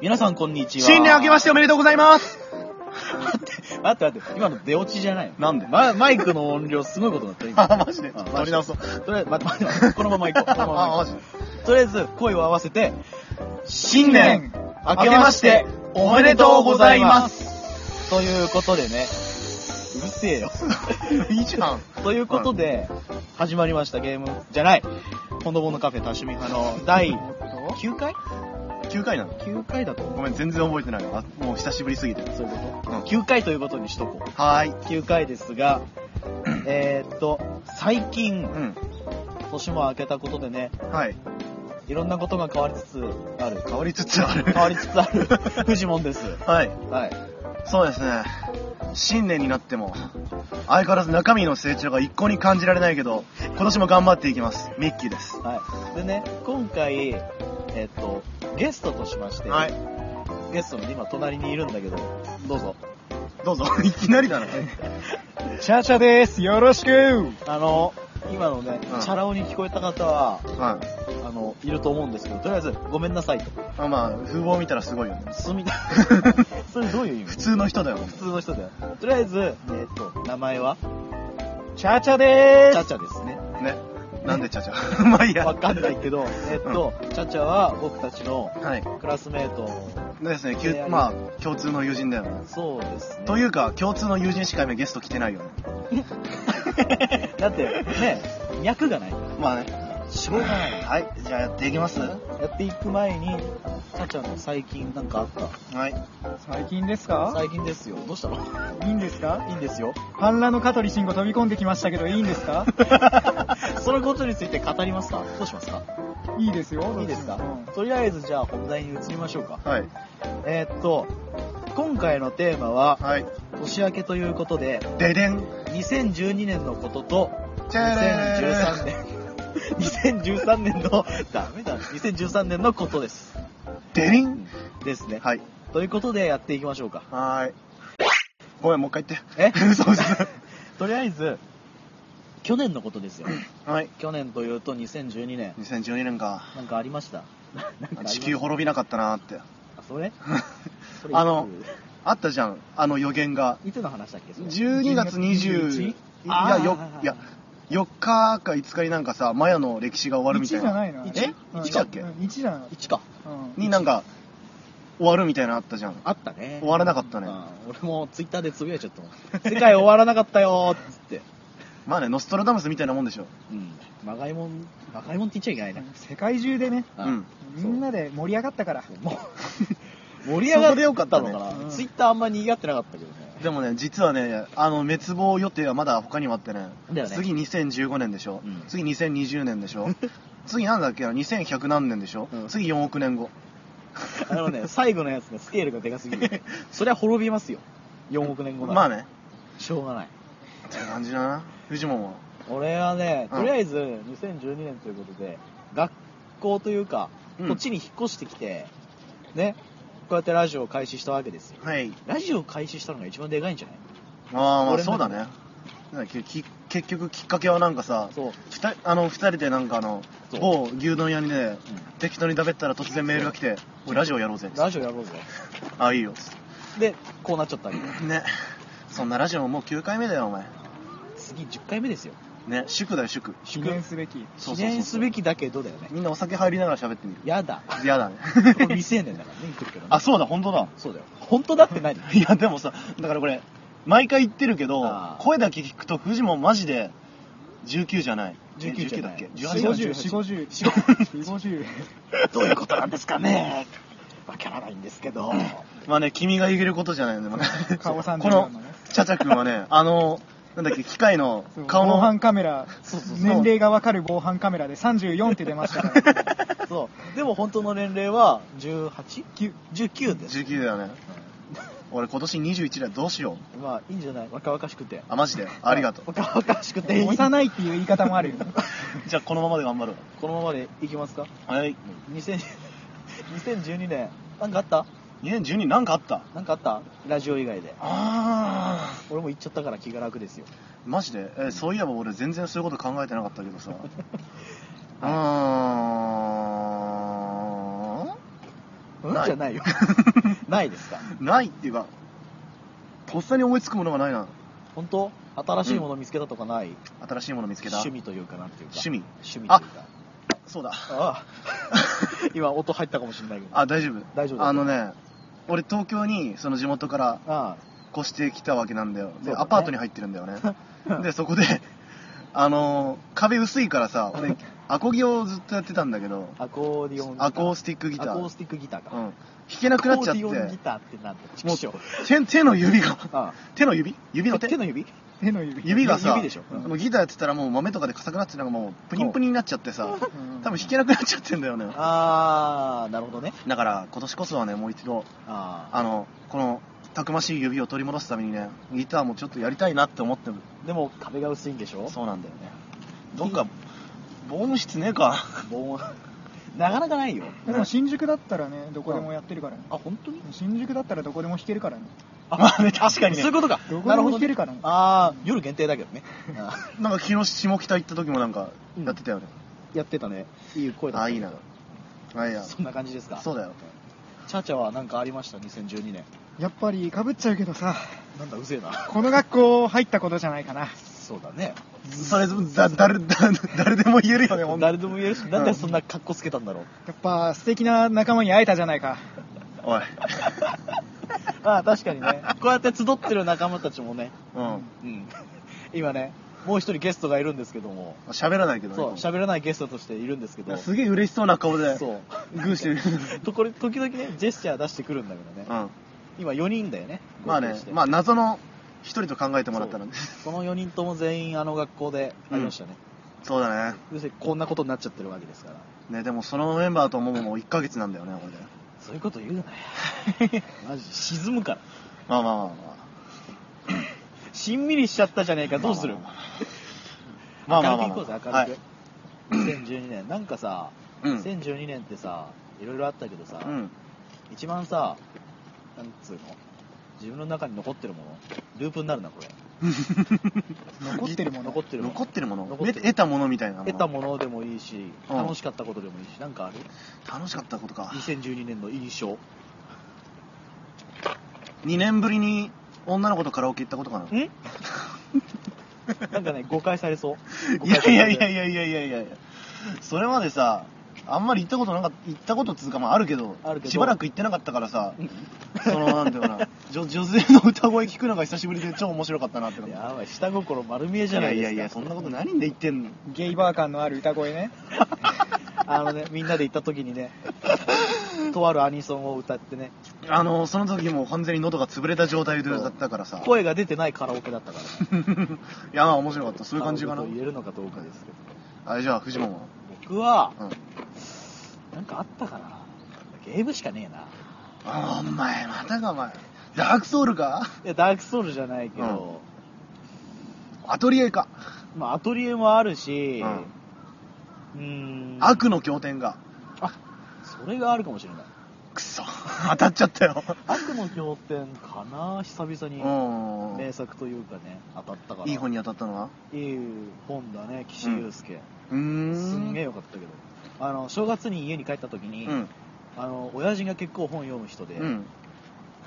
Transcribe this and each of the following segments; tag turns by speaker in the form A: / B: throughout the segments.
A: 皆さんこんにちは。
B: 新年明けましておめでとうございます
A: 待って、待って待って、今の出落ちじゃないよ。
B: なんで
A: まマイクの音量すごいことになったよ、
B: あ、
A: 今。
B: マジで。ちょっと取り直そう。
A: とりあえず、待って待って、このまま行こう。このまま
B: あ、
A: 行
B: マ
A: こ
B: ジで。
A: う。とりあえず、声を合わせて、新
B: 新
A: 年
B: 年
A: 明
B: 明
A: け
B: け
A: ま
B: ま
A: し
B: してて
A: お
B: お
A: め
B: め
A: で
B: で
A: と
B: と
A: う
B: う
A: ご
B: ご
A: ざ
B: ざ
A: い
B: い
A: ま。
B: ます
A: ということでね、うるせえよ。
B: いいじゃん。
A: ということで、始まりましたゲーム、じゃない、ほのぼのカフェ多趣味派の第9回
B: 9回なの
A: ?9 回だと
B: ご
A: 思う。
B: めん、全然覚えてないわ。もう久しぶりすぎて。
A: そういうこと。
B: うん
A: 9回ということにしとこう。
B: はーい。
A: 9回ですが、えーっと、最近、
B: う
A: 年も明けたことでね、
B: ん。はい。
A: いろんなことが変わりつつある。
B: 変わりつつある。
A: 変わりつつあ る、フジモンです。
B: はい。
A: はい。
B: そうですね。新年になっても、相変わらず中身の成長が一向に感じられないけど、今年も頑張っていきます。ミッキーです。
A: はい。でね、今回、えーっと、ゲストとしまして、
B: い。
A: ゲストの今隣にいるんだけど、どうぞ。
B: どうぞ。 いきなりだな。
A: チャーチャです。よろしくあの、今のね、
B: うん
A: チャラ男に聞こえた方は、
B: は
A: あの、いると思うんですけど、とりあえず、ごめんなさいと。
B: い。あまあ、風貌見たらすごいよね。
A: す み、それどういう意味
B: 普通の人だよ。
A: 普通の人だよ。とりあえず、えーっと、名前はチャーチャでーチャーチャですね。
B: ね。なんでちゃちゃ。 まあいい や。
A: わかんないけど、えーっと、チャーチャは僕たちの
B: はい。
A: クラスメイト、
B: ですね、きゅ
A: えー
B: まあ、共通の友人だよね。
A: そうですね。
B: というか、共通の友人しか今ゲスト来てないよね。
A: だって、ね、脈がない。
B: まあね。
A: しょうがない。
B: はい、じゃあやっていきます。は
A: やっていく前に、チャーチャの最近なんかあった
B: い。
C: 最近ですか
A: 最近ですよ。どうしたの
C: いいんですか
A: いいんですよ。
C: 反乱の香取慎吾飛び込んできましたけどいいんで すか
A: そのことについて語りますかどうしますか
C: いいですよ。
A: いいですか、
C: うん
A: とりあえずじゃあ本題に移りましょうか。
B: はい。
A: えーっと、今回のテーマは、
B: はい。
A: 年明けということで、
B: ででん。
A: 2012年のことと、
B: チャレー
A: 2013年、2013年の、ダメだ、2013年のことです。
B: でりん。
A: ですね。
B: はい。
A: ということでやっていきましょうか。
B: はーい。ごめん、もう一回言っ
A: え
B: て。嘘嘘。
A: とりあえず、去年のことです よ。
B: はい。
A: 去年というと2012年、
B: 2012年か。
A: なんかありました。なんかありまし
B: 地
A: た
B: 球滅びなかったなーって。
A: あそれそれ
B: あの
A: い
B: あったじゃん、あの予言が。
A: ついつの話だっけそれ
B: 12月20、い
A: あ
B: や、
A: ー
B: よ、いや、4日か5日になんかさ、マヤの歴史が終わるみた
C: 1
B: い
C: じゃ
B: な。
C: ないな。
A: え
C: うん
B: 一だっけ
C: うん一じゃない。
A: 1か
C: うん
B: になんか、終わるみたいなのあったじゃん。
A: あったね
B: 終わらなかったね。
A: あー俺もツイッターでつぶやいちゃったもん世界終わらなかったよーっつって
B: まあね、ノストラダムスみたいなもんでしょ。
A: うんまがいもんまがいもんって言っちゃいけないな
C: 世界中でね、
B: うん
C: みんなで盛り上がったから。
A: もう 盛り上が
B: それよか
A: っ
B: ったた
A: の
B: ね
A: かな、
C: うん
A: ツイッターあんまに賑わってなかったけどね
B: でもね、実はね、あの、滅亡予定はまだ他にもあってね、
A: だよね
B: 次2015年でしょ、
A: うん
B: 次2020年で しょ、次なんだっけな、2100何年でしょ、
A: うん
B: 次4億年後。
A: あの ね最後のやつがスケールがでかすぎるそりゃ滅びますよ4億年後なら
B: まあね、
A: しょうがない
B: って感じだな、フジモンは。
A: 俺はね、
B: うん
A: とりあえず2012年ということで、学校というか、
B: うん
A: こっちに引っ越してきて、ね、こうやってラジオを開始したわけですよ。
B: はい。
A: ラジオを開始したのが一番でかいんじゃない
B: ああ、まあ
A: 俺の
B: そうだね。なんだっけき結局きっかけはなんかさ、
A: そう。
B: ふたあの、二人でなんかあの
A: そう、
B: 某牛丼屋にね、
A: うん
B: 適当に食べったら突然メールが来て、おいラジオやろうぜ。
A: ラジオやろうぜ。
B: あ、いいよ。
A: で、こうなっちゃったわけ。
B: ね。そんなラジオもう9回目だよ、お前。
A: 次10回目ですよ。
B: ね、祝だよ、祝。
C: 記念すべき。
B: そうそうそうそう
A: 記念すべきだけどだよね。
B: みんなお酒入りながら喋ってみる。
A: やだ。
B: 嫌 だね。
A: これ未成年だからね、言ってるけどね。
B: あ、そうだ、本当だ。
A: そうだよ。本当だって何
B: いや、でもさ、だからこれ、毎回言ってるけど
A: あ、ー
B: 声だけ聞くと、フジモンマジで、19じゃない。
A: 19じゃない
B: え19だっけ
C: 四
B: 18だ
C: 五
B: っけ
C: 十、四五十、
A: 四
C: 四五十。
A: どういうことなんですかねわからないんですけど。
B: まあね、君が言えることじゃないよね。まあ
C: 顔さん
B: こ
C: じゃない
B: の
C: のね、
B: チャチャ君はね、あの、なんだっけ、機械の
C: そう
B: 顔
C: 防
B: の
C: 犯、カメラ
A: そうそうそう
C: 年齢がわかる防犯カメラで34って出ましたか ら。
A: そう。でも本当の年齢は 18?19 です。
B: 19だよね。俺今年21だよ、どうしよう。
A: まあいいんじゃない若々しくて。
B: あ、マジで。ありがとう。
A: 若々しくていい。
C: 幼いっていう言い方もあるよ。
B: じゃあ、このままで頑張る
A: このままでいきますか
B: わ。はい。
A: 2000 2012年、なんかあった
B: 2012なんかあった
A: なんかあったラジオ以外で。
B: あー。
A: 俺も行っちゃったから気が楽ですよ。
B: マジで、えーそういえば俺全然そういうこと考えてなかったけど さうーん
A: うんじゃ ないよないですか
B: ないっていうか、とっさに思いつくものがないな。
A: 本当新しいもの見つけたとかない、
B: 新しいもの見つけた。
A: 趣味というかなんていうか
B: 趣味
A: 趣味というか
B: そうだ。
A: ああ 今音入ったかもしれないけど
B: あ、大丈夫。
A: 大丈夫だ
B: あのね、俺東京に、その地元から
A: あ
B: 越してきたわけなんだ
A: そ
B: よ。
A: うだね
B: で、アパートに入ってるんだよ ね。で、そこで、 あのー壁薄いからさ、俺、アコギをずっとやってたんだけど、
A: あアコーディオン
B: アコー
A: ス
B: スティックギター。
A: アコースティックギターか、
B: うん。弾けなくなっちゃ
A: アコー
B: っ
A: ディオンギ
B: て、
A: ターってなんだち
B: も
A: く
B: う
A: しょう
B: 手手の指が、
A: ああ
B: 手の指指の手
A: 手の指
C: 手の指。
B: 指がさ
A: 指でしょうん
B: もうギターやってたらもう豆とかで硬くなってなんかもうプニンプニンになっちゃってさ
C: うん
B: 多分弾けなくなっちゃってんだよね
A: ああなるほどね
B: だから今年こそはねもう一度
A: ああ
B: あのこのたくましい指を取り戻すためにねギターもちょっとやりたいなって思ってる
A: でも壁が薄いんでしょ
B: そうなんだよねどっか防音室ねえか
A: もう なかなかないよ
C: でも新宿だったらね、どこでもやってるからね。
A: あ本当に
C: 新宿だったらどこでも弾けるからね。
A: あ
B: まあね確かにね
A: そういうことか
C: どこでも
A: なるほど
C: 弾けるからね
A: ああ夜限定だけどねああ
B: なんか昨日下北行った時もなんかやってたよね、
A: やってたねいい声だった
B: あいいなあいや
A: そんな感じですか
B: そうだよ
A: チャチャは何かありました2012年
C: やっぱり被っちゃうけ どさ、
A: なんだうぜえな
C: この学校入ったことじゃないかな。
A: そうだね
B: それだ誰だ誰でも言えるよねほん と
A: 誰でも言えるしなんでそんな格好つけたんだろう
C: やっぱ素敵な仲間に会えたじゃないか。
B: おい
A: ああ確かにねこうやって集ってる仲間たちもね
B: うん
A: うん 今ねもう一人ゲストがいるんですけども
B: 喋らないけどね
A: そう喋らないゲストとしているんですけど
B: すげえ嬉しそうな顔で
A: そう
B: グーして る
A: とこれ時々ねジェスチャー出してくるんだけどね、
B: うん
A: 今4人だよね
B: まあねまあ
A: あ
B: 謎の一人と考えてもらったらね
A: その4人とも全員あの学校でありましたね、
B: そうだね
A: 要するにこんなことになっちゃってるわけですから
B: ねでもそのメンバーとももう1ヶ月なんだよねこれで
A: そういうこと言うなよ マジ沈むから
B: まあまあまあまあ
A: しんみりしちゃったじゃねえかどうする
B: まあまあま
A: 明
B: あ
A: るくいこうぜ明
B: は
A: る
B: い
A: く、2012年なんかさ、
B: うん
A: 2012年ってさいろいろあったけどさ、
B: うん
A: 一番さなんつうの自分の中に残ってるものループになるなこれ
C: 残ってるもの。
A: 残ってるもの
B: 残ってるもの
A: 残ってる
B: 得得たものみたいなの
A: 得たものでもいいし、
B: うん
A: 楽しかったことでもいいし、なんかある
B: 楽しかったことか
A: ?2012 年の印象。
B: 2年ぶりに女の子とカラオケ行ったことかなん
A: なんかね、誤解されそう。
B: いやいやい
A: や。
B: やいやいやいやいやいやそれまでさあんまり行ったことなかった行ったことっつうかまああるけど
A: あるけど
B: しばらく行ってなかったからさ
A: うん
B: そのなんていうかな女女性の歌声聞くのが久しぶりで超面白かったなって感じ
A: やばい、下心丸見えじゃ
B: い
A: な
B: や
A: い
B: い
A: です
B: や
A: か。
B: いやそんなこと何で言ってんの
C: ゲイバー感のある歌声ね。
A: あのね、みんなで行った時にね、とあるアニソンを歌ってね、
B: あのその時もう完全に喉が潰れた状態で歌ったからさ
A: 声が出てないカラオケだったからね。
B: いやまあ面白かったそういう感じか
A: カ
B: な
A: ラオケと言えるのかどうかですけど。
B: あれじゃあフジモンは
A: 僕は、
B: うん
A: なんかあったかな。ゲームしかねえな。
B: あお前またかお前ダークソウルか
A: いや、ダークソウルじゃないけど、
B: アトリエか
A: まあ、アトリエもあるし、
B: うん
A: うーん
B: 悪の経典が
A: それがあるかもしれない
B: くそ当たっちゃったよ
A: 悪の経典かな久々
B: う
A: に
B: ん
A: 名作というかね当たったから
B: いい本
A: い
B: に当たったのはい
A: 本だね岸優介、
B: うーん
A: すんげえよかったけどあの正月に家に帰った時に、
B: うん
A: あの親父が結構本読む人で、
B: うん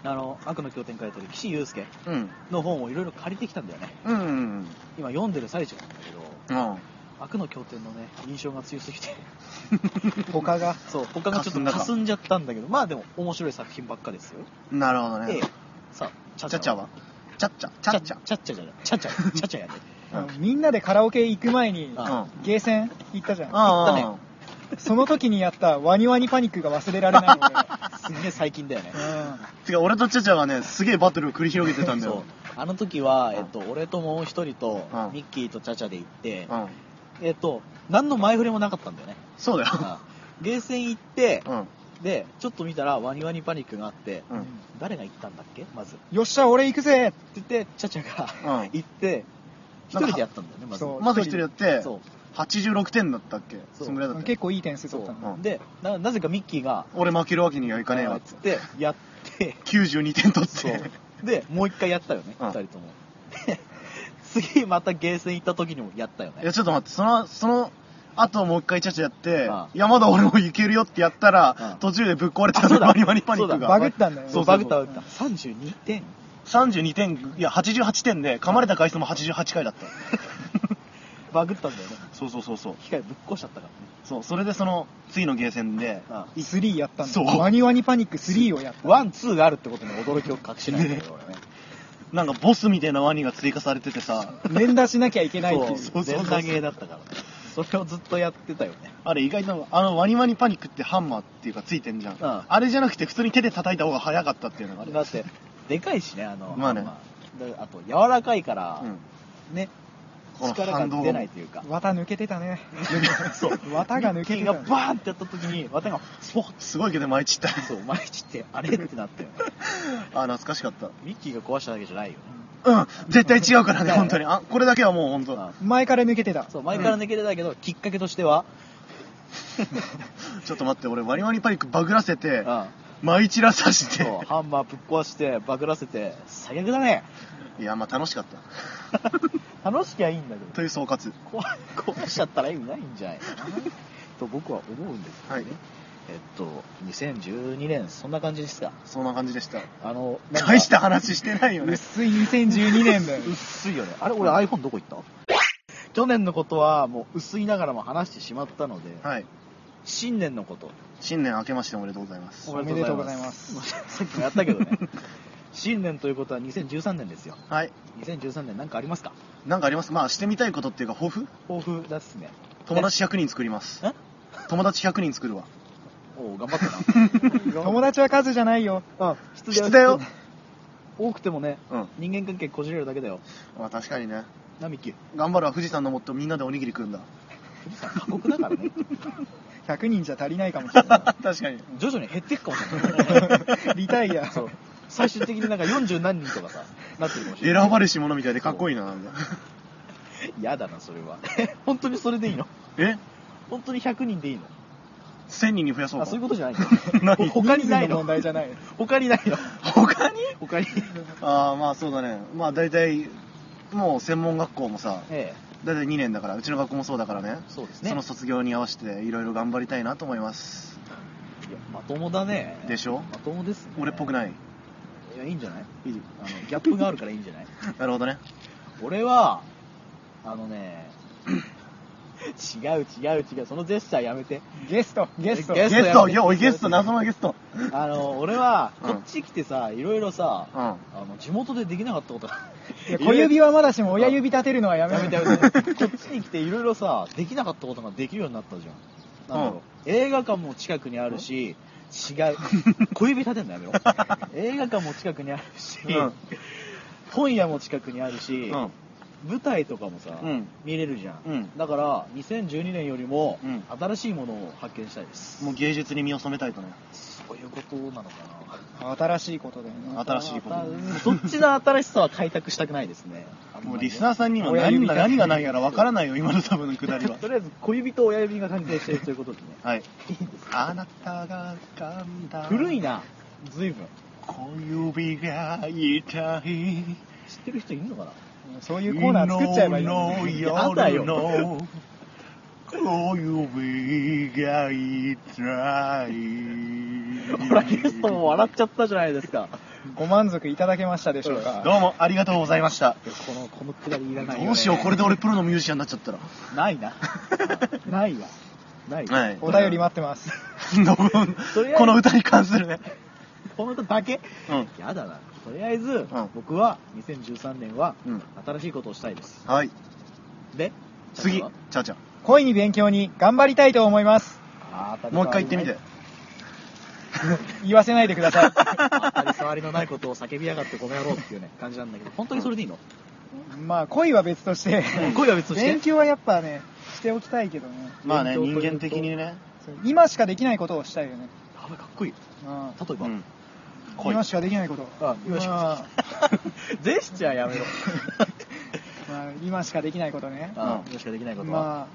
A: あの悪の経典からやってる岸優介
B: うん
A: の本をいろいろ借りてきたんだよね
B: うんうん
A: 今読んでる最中なんだけど
B: うん
A: 悪の経典のね印象が強すぎ て
C: 他が。
A: そう他がちょっと
B: 霞んだか
A: 霞んじゃったんだけどまあでも面白い作品ばっかですよ
B: なるほど
A: で
B: ね
A: さチ
B: チャチャはチャッチャチ
A: チ
B: ャ
A: ャ
B: ッ
A: ッチ
B: チ
A: ャチャッチャ
B: ャ
A: じゃないチャチャチャチャやで
B: うん
C: あのみんなでカラオケ行く前に、
A: あ
B: うん
C: ゲーセン行ったじゃん。
A: ったね
B: うんうん
C: その時にやったワニワニパニックが忘れられないの
A: すんげえ最近だよね。
B: てか俺とチャチャはねすげえバトルを繰り広げてたんだ
A: そう
B: よ。
A: あの時は、
B: うん
A: えっと、俺ともう一人と
B: うん、
A: ミッキーとチャチャで行って
B: う、ん
A: えっと、何の前触れもなかったんだよね。
B: そうだよ
A: うんゲーセン行って、
B: うん
A: で、ちょっと見たらワニワニパニックがあって、
B: う
C: うん
B: ん
A: 誰が行ったんだっけまず。っ
C: よっしゃ、俺行くぜ
A: て言って、チャチャが
B: うん
A: 行って、一人でやったんだよね、まず。
C: そう
B: まず一人やって
A: そう
B: 86点だったっけ
A: そう
B: そんぐらいだった
C: 結構いい点数
A: そ
C: 取ったんだ。
A: う
B: うん
A: でな、なぜかミッキーが、
B: 俺負けるわけにはいかねえわ
A: っつって、やって、
B: 92点取っ
A: そ
B: て
A: う。 で、もう一回やったよね、
B: う
A: 二
B: ん
A: 人とも。で次またゲーセン行った時にもやったよね。
B: いやちょっと待ってそのそのあともう一回ちゃちゃやって
A: ああ、
B: いや、まだ俺もいけるよってやった
A: ああ
B: ら、途中でぶっ壊れちゃ
A: あそううだ
B: バリバリパニ
A: そう
B: ック
A: だ
C: バ
B: が。
C: グったんだよ
A: そ、
C: ね
B: そうう
A: バ
B: そう
A: グ
B: そ
A: っ
B: う
A: た、バグった。32点。
B: 32点、いや、88点で、噛まれた回数も88回 だった。
A: バグったんだよね。
B: そうそうそうそう。
A: 機械ぶっ壊しちゃったからね。
B: そう、それでその、次のゲーセンで、
A: ああ
C: 3やったんだ
B: そう
C: ワニワニパニック3をやった
A: ワン、ツーがあるってことに驚きを隠しないんだけど、俺ね。
B: なんかボスみたいなワニが追加されててさ、
C: 連打しなきゃいけないっていう
A: そう、
B: そうそうそう
A: 全打芸だったからね。それをずっとやってたよね。
B: あれ意外と、あのワニワニパニックってハンマーっていうかついてんじゃん。
A: あ
B: あれじゃなくて普通に手で叩いた方が早かったっていうのがある。
A: だって、でかいしね、あの、
B: まあね
A: だあと、柔らかいから、
B: うん。
A: ね、
B: この
A: 力が
B: 反動が
A: 出ないというか。
C: 綿抜けてたね
B: そう。
C: 綿が抜け
A: ミッキ
C: て
A: ーが
C: た
A: バ
C: ね
A: ーンってやった時に、綿が、スポッ
B: すごいけど舞い散った。
A: そう、毎日って、あれってなったよね。
B: あ、懐かしかった。
A: ミッキーが壊しただけじゃないよね。
B: うん、絶対違うからね、
A: だよね
B: 本当に。あ、これだけはもう本当
A: あ
B: だ。
C: 前から抜けてた
A: そう、前から抜けてたけど、きっかけとしては、
B: ちょっと待って、俺、ワニワニパニックバグらせて、
A: あ
B: 舞い散らさして。
A: そう、ハンマーぶっ壊して、バグらせて、最悪だね。
B: いや、まあ楽しかった。
A: 楽しきゃいいんだけど、
B: という総括。
A: 壊壊しちゃったら意味ないんじゃないかな。と僕は思うんですけどね。
B: はい
A: えっと、2012年、そんな感じですか。
B: そんな感じでした。
A: あの、なんか
B: 大した話してないよね。
C: 薄い2012 年だよ
A: 薄いよね。あれ、俺 iPhone どこ行った去年のことはもう薄いながらも話してしまったので、
B: はい。
A: 新年のこと、
B: 新年明けましておめでとうございます。
C: おめでとうございます
A: おめでとうございます。さっきもやったけどね。新年ということは2013年ですよ。
B: はい。
A: 2013年なんかありますか
B: なんかありますまあ、してみたいことっていうか、抱負
A: 抱負だっすね。
B: 友達100人作ります
A: え。
B: 友達100人作るわ。
A: おお、頑張った
C: 友達は数じゃないよ
A: な。うん、質
B: 質だよ。
A: 多くてもね、
B: うん。
A: 人間関係こじれるだけだよ。
B: まあ確かにね。
A: なみき、
B: 頑張るわ、富士山登ってみんなでおにぎり食うんだ。
A: 富士山過酷だからね。
C: 100人じゃ足りないかもしれな
B: 確かに。
A: 徐々に減っていくかもしれない。
C: いリタイア
A: そう。最終的になんか40何人とかさ、なってるかもしれ
B: 選
A: ない。
B: ばれし者みたいでかっこいいな、なんか。
A: やだな、それは。 本当にそれでいいの
B: え
A: 本当に100人でいいの
B: ?1000 人に増やそう
A: あ、
B: か。
A: そういうことじゃないの
B: 何
A: 他に
C: 人
A: な
C: 数
A: い
C: の
A: の
C: 問題じゃない
A: 他にないの
B: 他に
A: 他に。
B: ああ、まあそうだね。まあ大体、もう専門学校もさ、
A: ええ、
B: 大体2年だから、うちの学校もそうだからね。
A: そうですね。
B: その卒業に合わせていろいろ頑張りたいなと思います。
A: いやまともだね。
B: でしょ
A: まともですね。
B: 俺っぽく
A: い。
B: ない。
A: いや、いいんじゃないあの、ギャップがあるからいいんじゃない
B: なるほどね。
A: 俺は、あのね、 違う違う違う、そのジェスチャーやめて。
C: ゲストゲスト
A: ゲ
B: ゲ
A: ストやめて
B: スト、いや、おい、ゲスト、謎のゲスト。
A: あの、俺は、
B: う
A: こ
B: ん
A: っち来てさ、いろいろさ、
B: うん。
A: あの、地元でできなかったことが
C: いや小指はまだしも親指立てるのはやめ
A: や
C: よう
A: めてやめて。こっちに来ていろいろさ、できなかったことができるようになったじゃん。なんだろう。映画館も近くにあるし、違う。小指立てんのやめろ。映画館も近くにあるし、
B: うん
A: 本屋も近くにあるし、
B: うん。
A: 舞台とかもさ、
B: うん
A: 見れるじゃん。
B: うん。
A: だから、2012年よりも
B: うん、
A: 新しいものを発見したいです。
B: もう芸術に身を染めたいとね。
A: そういうことなのかな。
C: 新しいことだよね
B: 新しいこと。
A: そっちの新しさは開拓したくないですね。
B: もうリスナーさんには
C: 親
B: 何
C: 指
B: が
C: が
B: 何がないやらわからないよ、今の多分のくだ
A: 。
B: りは
A: とりあえず小指と親指が関係しているということ でね。
B: はい。
A: いいですか
B: あなたが噛んだ。
A: 古い。な、随分。
B: 小指が痛い。
A: 知ってる人いるのかな
C: そういうコーナー作っちゃえばいいのに
B: に。
A: あんたよ
B: 夜の小指が痛い。
A: ほら、ゲストも笑っちゃったじゃないですか。
C: ご満足いただけましたでしょうか
B: どうもありがとうございました。
A: いやこの、このくだりいらないよ、ね。
B: どうしよう、これで俺プロのミュージシャンになっちゃったら。
A: ない な。ないわ。ないわ。
B: はい
C: お便り待ってます
B: どうも
A: とりあえず
B: この歌に関するね。
A: この歌だけ
B: うん。
A: やだな。とりあえず、
B: ん
A: 僕は2013年は
B: うん。
A: 新しいことをしたいです。
B: はい。
A: で、
B: 次、
A: 例え
B: チ
A: ば
B: ャーチャ
C: 恋に勉強に頑張りたいと思います
A: あー
B: ー。もう一回言ってみて。。
C: 言わせないでください
A: 当たり障りのないことを叫びやがってこの野郎っていうね、感じなんだけ ど、本当にそれでいいの
C: まあ恋は別として
A: 声は別として。
C: 勉強はやっぱねしておきたいけどね
B: まあね、
A: 勉強
B: 人
A: というと
B: 間的にね。
C: そう今しかできないことをしたいよね、
A: やばいかっこいい。
C: うん
A: 例えば。
B: うん恋
C: 今しかできないこと
A: あ今しか
C: まあ
A: ジェスチャーやめ ろ。
C: まあ今しかできないことね
A: あ今しかできないことは。
C: まあ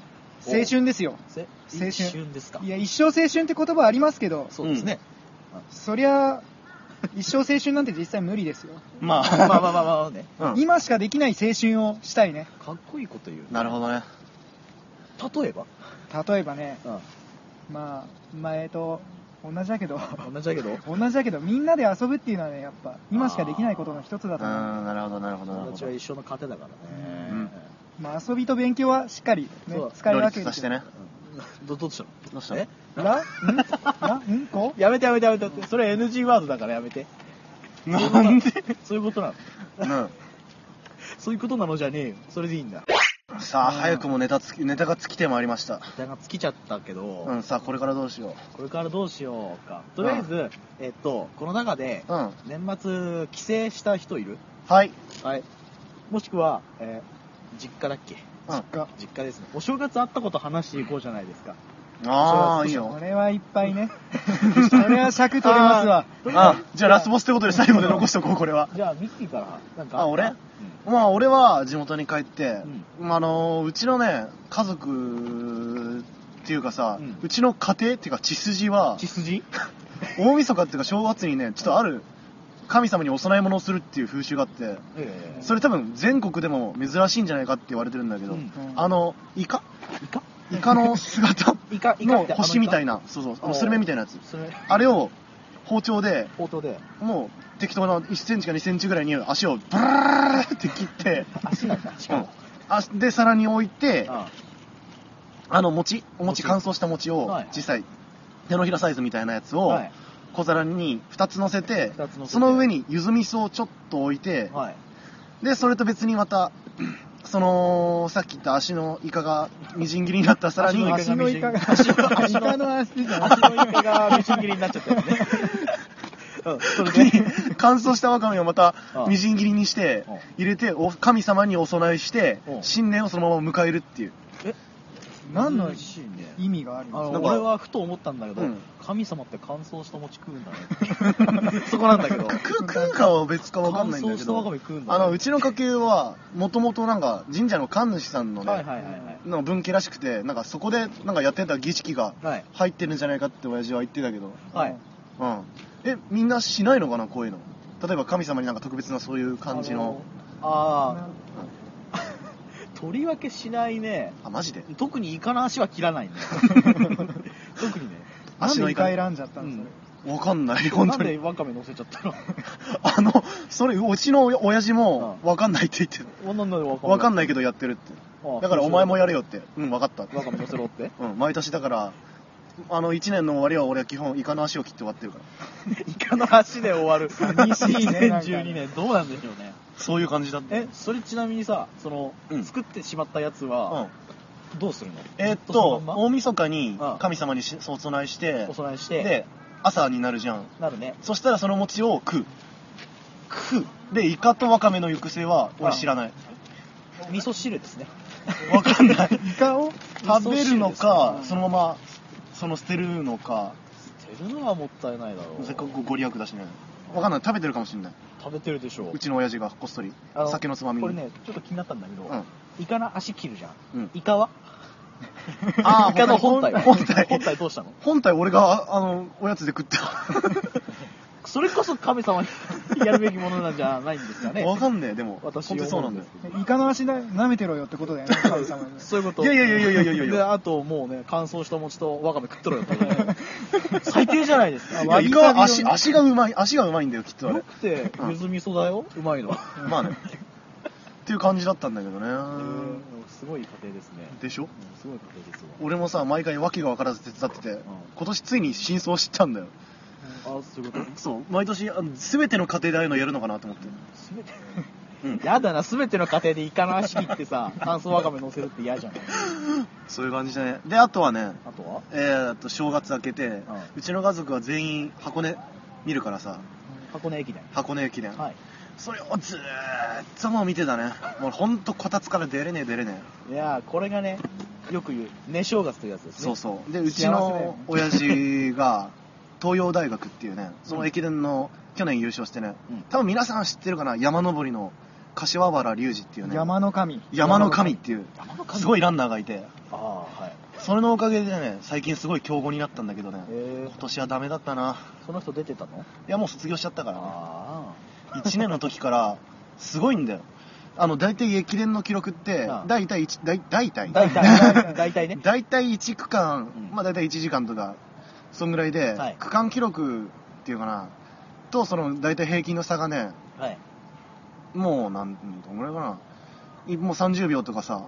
C: 青春ですよ
A: せ
C: 青春
A: 一瞬ですか
C: いや一生青春って言葉ありますけど
A: そうですね。
C: そりゃ一生青春なんて実際無理ですよ、
B: ま
A: まあまあ
B: あ、
A: まあまあね。
B: うん
C: 今しかできない青春をしたいね
A: かっこいいこと言う。
B: なるほどね。
A: 例えば
C: 例えばね、
A: う
C: まあ、前と同じだけど、
A: ん。同じだけど、
C: 同じだけど、みんなで遊ぶっていうのはね、やっぱ、今しかできないことの一つだ
B: う
C: と思う。
B: ん、なるほど、なるほど、な
A: 友
B: るほ
A: 達
B: ど
A: は。一緒の糧だからね。
B: うん
C: まあ、遊びと勉強はしっかり、ね
A: そう、
C: 使える
B: 両
C: わけ
B: 立
C: で
B: さ
C: す
B: せ
C: よ
B: てね。
A: うんど、どう したの
B: どうした
A: え
B: の
C: らんらんこ
A: やめてやめてやめて。それ NG ワードだからやめて。
B: なんで
A: そういうことなの。
B: う
A: そういうことなのじゃねえよ。それでいいんだ。
B: ん。さあ、
C: うん
B: 早くもネタつき、ネタが尽きてまいりました。
A: だが尽きちゃったけど、
B: うん、さあ、これからどうしよ
A: これからどうしようか。とりあえず、えっと、この中で、
B: う。うん。
A: 年末、帰省した人いる
B: はい。
A: はい。もしくは、えー実家だっけ
B: うん。
C: が
A: 実家ですね。お正月あったこと話していこうじゃないですか。
B: ああ、いい
C: こ
B: よ。
C: れはいっぱいね。それは尺取れますわ。
B: あ、じゃあラスボスってことで最後まで残しとこう、これは。
A: じゃあ、ミッキーから、なんか。
B: あ、俺
A: うん
B: まあ、俺は地元に帰って、まああのーうちのね、家族っていうかさ、
A: うん
B: うちの家庭っていうか血筋は、
A: 血 筋
B: 大晦日っていうか正月にね、ちょっとある、神様にお供え物をするっていう風習があって、
A: ええ
B: それ多分全国でも珍しいんじゃないかって言われてるんだけど、
A: うん
B: あの、イカ
A: イカ
B: イカの姿
A: イカ、イカ
B: の星みたい
A: な。
B: な、そうそう、あ
A: おう
B: のスルメみたいなやつ。
A: それ、
B: あれを包丁で、
A: 冒頭で、
B: もう適当な1センチか2センチぐらいに足をブルーって切って、
A: 足なんだ、しかも。
B: あで、皿に置いて、
A: あ
B: あの餅、お
A: 餅
B: 餅乾燥した餅を
A: はい、
B: 小さい、手のひらサイズみたいなやつを
A: はい、
B: 小皿に2つ乗せて
A: 二つ乗せて
B: その上にゆず味噌をちょっと置いて、
A: はい。
B: で、それと別にまた、 その、さっき言った足のイカがみじん切りになった皿に、
C: 足のイカが、
A: 足のイカが
C: イカの足じゃない
A: 足のイカがみじん切りになっちゃったよね。うん、それで、
B: 乾燥したわかめをまた
A: ああ
B: みじん切りにして
A: ああ、
B: 入れて、お神様にお供えして
A: う、ん
B: 新年をそのまま迎えるっていう。
C: 何の
A: 美味しいね。
C: 意味があり
A: あ
C: ます
A: の
B: なんか
A: 俺はふと思ったんだけど、
B: うん
A: 神様って乾燥した餅食うんだ ねそこなんだけど
B: 食う食うかは別かわかんないんだ
A: 乾燥
B: け
A: したわかめ
B: ど、
A: 食うんだ
B: あ
A: ね、
B: の、うちの家系は、もともとなんか神社の神主さんの
A: はい
B: ね、
A: はいはいはい
B: なんか文家らしくて、なんかそこでなんかやってた儀式が
A: はい
B: 入ってるんじゃないかって親父は言ってたけど、
A: はい
B: うん。え、みんなしないのかな、こういうの。例えば神様になんか特別なそういう感じの。
A: ああとりわけしないね
B: あ、マジで
A: 特にイカの足は切ら ないね特にね
C: なん
B: 足のイ
C: でイカ
B: カ
C: 選んじゃったんですか
B: わかんない、本
A: な
B: 当
A: んで
B: に。
A: ワカメ乗せちゃ ったの
B: あの、それ、うちの親父も、わかんないって言ってる。
A: なんでワカメ
B: わかんないいけどやってるって。だからお前もやれよって。うん、わかった。
A: ワカメ乗せろって
B: うん、毎年だから、あの、1年の終わりは俺は基本、イカの足を切って終わってるから。
A: イカの足で終わる
C: 寂しいねなんか
A: 2012年どうなんでしょうね
B: そういう感じだって。
A: えそれちなみにさその、
B: うん
A: 作ってしまったやつ
B: う
A: は
B: ん。
A: どうするの
B: えーっ
A: ずその
B: と、
A: まんま
B: 大晦日に
A: うん
B: 神様にしお供えして
A: お、供えして
B: で、朝になるじゃん。
A: なるね
B: そしたらその餅を食う。食う。で、イカとワカメの行く末は、俺知らない。
A: 味噌汁ですね
B: わかんない。
C: それ。イカを
B: 食べるのか、
A: 味噌汁です
B: そのまま、その捨てるのか、
A: 捨てるのはもったいないだろう
B: せっかくご利益だしね。わかんない。食べてるかもしんない。
A: 食べてるでしょ
B: うちの親父がこっそり、
A: あの
B: 酒のつまみに。
A: これねちょっと気になったんだけど、
B: うん
A: イカの足切るじゃん、
B: うん
A: イカは
B: あー
A: イカの本体は
B: 本体
A: 本体どうしたの
B: 本体俺が、あの、おやつで食 った。
A: それこそ神様に やるべきものなんじゃないんですかね
B: わかんねえ、でも。
A: 私
B: 本当にそうなんだよ。
C: イカの足な舐めてろよってことだよ ね、神様に。
A: そういうこと
B: いやいやいやいやいやいや
A: であともうね乾燥した餅とわかめ食って ろよってね最低じゃないですか
C: あ
B: い
C: わ
B: や
C: び
B: イ
C: さび
B: カは
C: を
B: 足、
C: ね
B: 足がうまい、足がうまいんだよ、きっとあ
A: よ
B: れ。
A: くて
B: うん
A: ゆず味噌だようまいの
B: まあね。っていう感じだったんだけどね。
A: すごい家庭ですね
B: でしょ
A: うんすごい家庭ですわ
B: 俺もさ、毎回訳が分からず手伝ってて、
A: ん
B: 今年ついに真相を知ったんだよ。
A: あそういうこと
B: そう、毎年、あの全ての家庭でああいうのやるのかなと思って。
A: すべて
B: うん。
A: やだな、すべての家庭でイカの足切って さ、乾燥わかめ乗せるって嫌じゃん。
B: そういう感じだね。で、あとはね、
A: あとは
B: えーっと、正月明けて、うちの家族は全員箱根見るからさ、
A: 箱根駅伝。
B: 箱根駅伝。
A: はい。
B: それをずーっともう見てたね。もうほんとこたつから出れねえ出れねえ。
A: いやー、これがね、よく言う、寝正月というやつですね。
B: そうそう。で、うち
C: 幸せだよ
B: の
C: ね
B: 親父が、東洋大学っていうね、その駅伝の去年優勝してね、
A: うん
B: 多分皆さん知ってるかな、山登りの柏原隆二っていうね、
C: 山の神。
B: 山の神っていう、
A: 山の神
B: すごいランナーがいて、
A: ああ、はい。
B: それのおかげでね、最近すごい強豪になったんだけどね、
A: え
B: 今年はダメだったな。
A: ー、その人出てたの
B: いや、もう卒業しちゃったからね。
A: ああ。
B: 1年の時から、すごいんだよ。あの、大体駅伝の記録って
A: ああ、
B: 大体一、大大体。
A: 大体、大体ね。
B: 大体1区間
A: うん、
B: まあ大体1時間とか、そんぐらいで、
A: はい
B: 区間記録っていうかな、とその大体平均の差がね、
A: はい。
B: もうなん、どんぐらいかな、いもう30秒と かさ、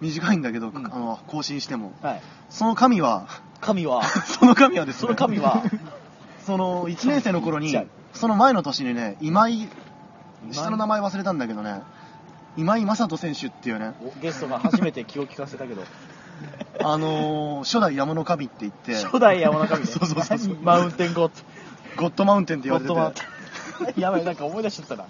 B: 短いんだけど、
A: うん
B: あの更新しても。
A: はい。
B: その神は、
A: 神 は、
B: その神はですね、
A: その神は、
B: その1年生の頃に
A: ちっちゃい、
B: その前の年にね、今井、下の名前忘れたんだけどね、今井正人選手っ ていうね、
A: おゲストが初めて気を利かせたけど、
B: あのー初代山の神って言って、
A: 初代山中神 ね
B: そうそうそうそう
A: マウンテンゴッ
B: ゴッドマウンテンって
A: ド。
B: 言
A: ゴッドマウ
B: われ
A: ンテ
B: てて、
A: ン。やばい、なんか思い出しちゃったな。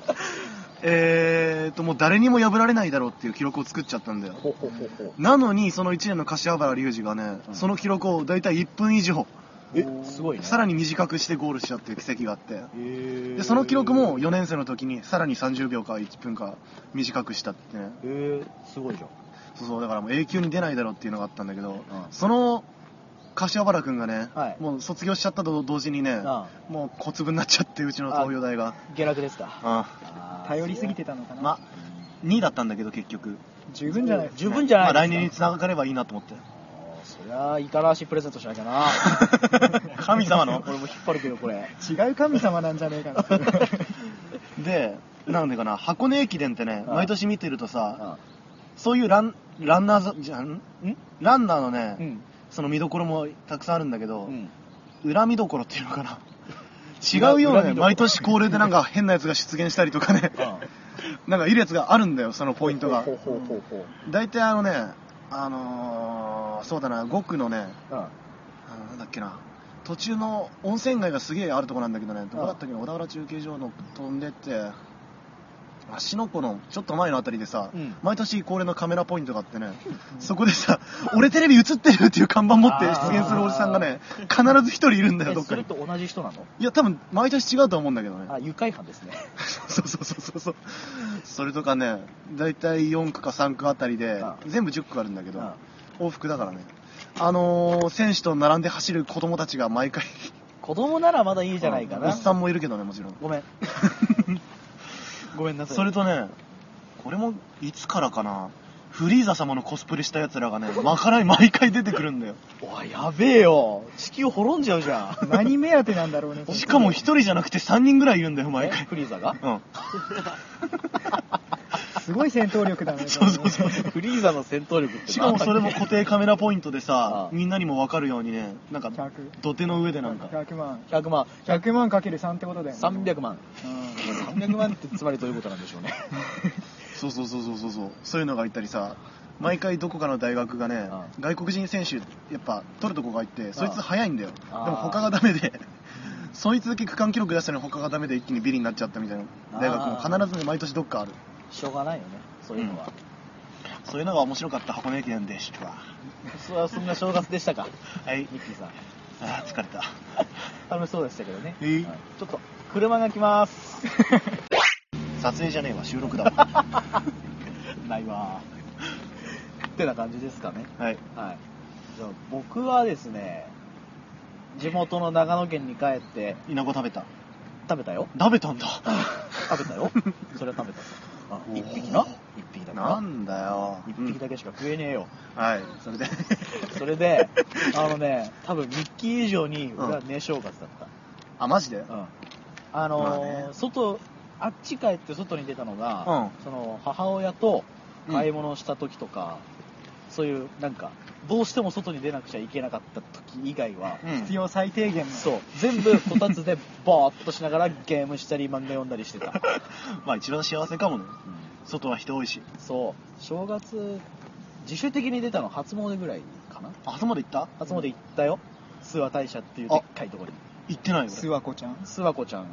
B: えーと、もう誰にも破られないだろうっていう記録を作っちゃったんだよ。
A: ほほほほ。
B: なのに、その1年の柏原隆二がね、
A: うん
B: その記録を大体1分以上、
A: え、すごいね。
B: さらに短くしてゴールしちゃうっていう奇跡があって、
A: に
B: でその記録も、4年生の時にさらに30秒か1分か短くしたってね、
A: えー、すごいじゃん。
B: そうそう、だからもう永久に出ないだろうっていうのがあったんだけど、
A: ん
B: その柏原君がね、
A: はい
B: もう卒業しちゃったと同時にね、
A: あ
B: もう小粒になっちゃって、うちの東洋大が。
A: 下落ですか。
B: あ
C: 頼りすぎてたのかな、
B: ま2位だったんだけど結局
C: 十分じゃないです
A: 十分じゃないですか
B: まあ、来年につながればいいなと思って
A: あーそりゃあ、イカラーシプレゼントしなきゃな。
B: 神様の
A: 俺も引っ張るけど、これ。
C: 違う神様なんじゃねえか な
B: でなんでかな箱根駅伝ってね
A: ああ
B: 毎年見てるとさ
A: あ
B: そういうランランナーズじゃんランナーのね、
A: うん。
B: その見どころもたくさんあるんだけど、
A: うん。
B: 裏見どころっていうのかな
A: 違
B: 違
A: う
B: うよ
A: 裏見どこ
B: うね
A: ろ
B: 毎年恒例でなんか変なやつが出現したりとかねなんかいるやつがあるんだよそのポイントが
A: ほうほうほうほう。
B: 大体あのねあのー、そうだな5区のね、
A: うん
B: あのなんだっけな途中の温泉街がすげえあるとこなんだけどねどこだったっけな小田原中継所の飛んでって芦ノ湖のちょっと前のあたりでさ、
A: うん
B: 毎年恒例のカメラポイントがあってね、そこでさ「俺テレビ映ってる!」っていう看板持って出現するおじさんがね必ず一人いるんだよ
A: え
B: どっ
A: そ
B: か
A: れ
B: に
A: と同じ人なの
B: いや多分毎年違うと思うんだけどね
A: あ、愉快犯ですね。
B: そうそうそうそうそうそれとかね大体4区か3区あたりで
A: ああ
B: 全部10区あるんだけど
A: あ
B: 往復だからねあのー、選手と並んで走る子供たちが毎回
A: 子供ならまだいいじゃないか
B: お
A: な
B: っ。さんもいるけどねもちろん
A: ごめん。ごめんなさい。
B: それとねこれもいつからかなフリーザ様のコスプレしたやつらがねまかない毎回出てくるんだよ
A: おい、やべえよ。地球滅んじゃうじゃん。
C: 何目当てなんだろうね
B: しかも1人じゃなくて3人ぐらいいるんだよ 毎
A: え
B: 回
A: フリーザが
B: うん
C: すごい戦闘力だね
B: そうそうそう
A: フリーザの戦闘力って
B: しかもそれも固定カメラポイントで
A: ああ
B: さみんなにも分かるようにねなんか
C: 100
B: 土手の上でなんか
C: 100万
A: 100万、
C: 100万かける3ってことだよね
A: 300万。
C: うん
A: 300万ってつまりどういうことなんでし ょうね。
B: そうそうそうそうそうそうそういうのがいたりさ毎回どこかの大学がね
A: ああ
B: 外国人選手やっぱ取るとこがいてそいつ早いんだよで
A: ああ
B: も他がダメで そいつだけ区間記録出したのに他がダメで一気にビリになっちゃったみたいな大学も必ずね毎年どっかある
A: しょうがないよね、そういうのは。
B: そういうのが面白かった箱根駅伝でしたわ
A: それはそんな正月でしたか、
B: はい
A: ミッキーさ ん。
B: あー疲れた
A: 楽しそうでしたけどね。
B: えい
A: はいちょっと、車が来 ます。
B: 撮影じゃねえわ収録だわ
A: ないわー。ってな感じですかね。
B: はい
A: はい。じゃあ、僕はですね、地元の長野県に帰って、
B: 稲子食べた
A: 食べたよ。
B: 食べた んだ
A: 食べたよ。それは食べた。あ
B: おー
A: 一匹な一匹だ
B: な
A: なん
B: だよ
A: 一匹だけしか食えねえよ。
B: うんはいそ れで
A: それで、あのね、多分ミッキー以上に俺は寝正月だった。
B: あマジで
A: うんあのー
B: まあね
A: 外あっち帰って外に出たのが、
B: う
A: その母親と買い物をした時とか、そういうなんかどうしても外に出なくちゃいけなかった時以外は、
B: うん
C: 必要最低限の
A: そう全部こたつでボーっとしながらゲームしたり漫画読んだりしてた、
B: まあ一番幸せかもね
A: うん
B: 外は人多いし
A: そう正月自主的に出たの初詣ぐらいかな
B: あそこまで行った
A: 初詣行ったよ諏訪大社っていうでっかいところに
B: 行ってないよ
C: 諏訪子ちゃん
A: 諏訪子ちゃん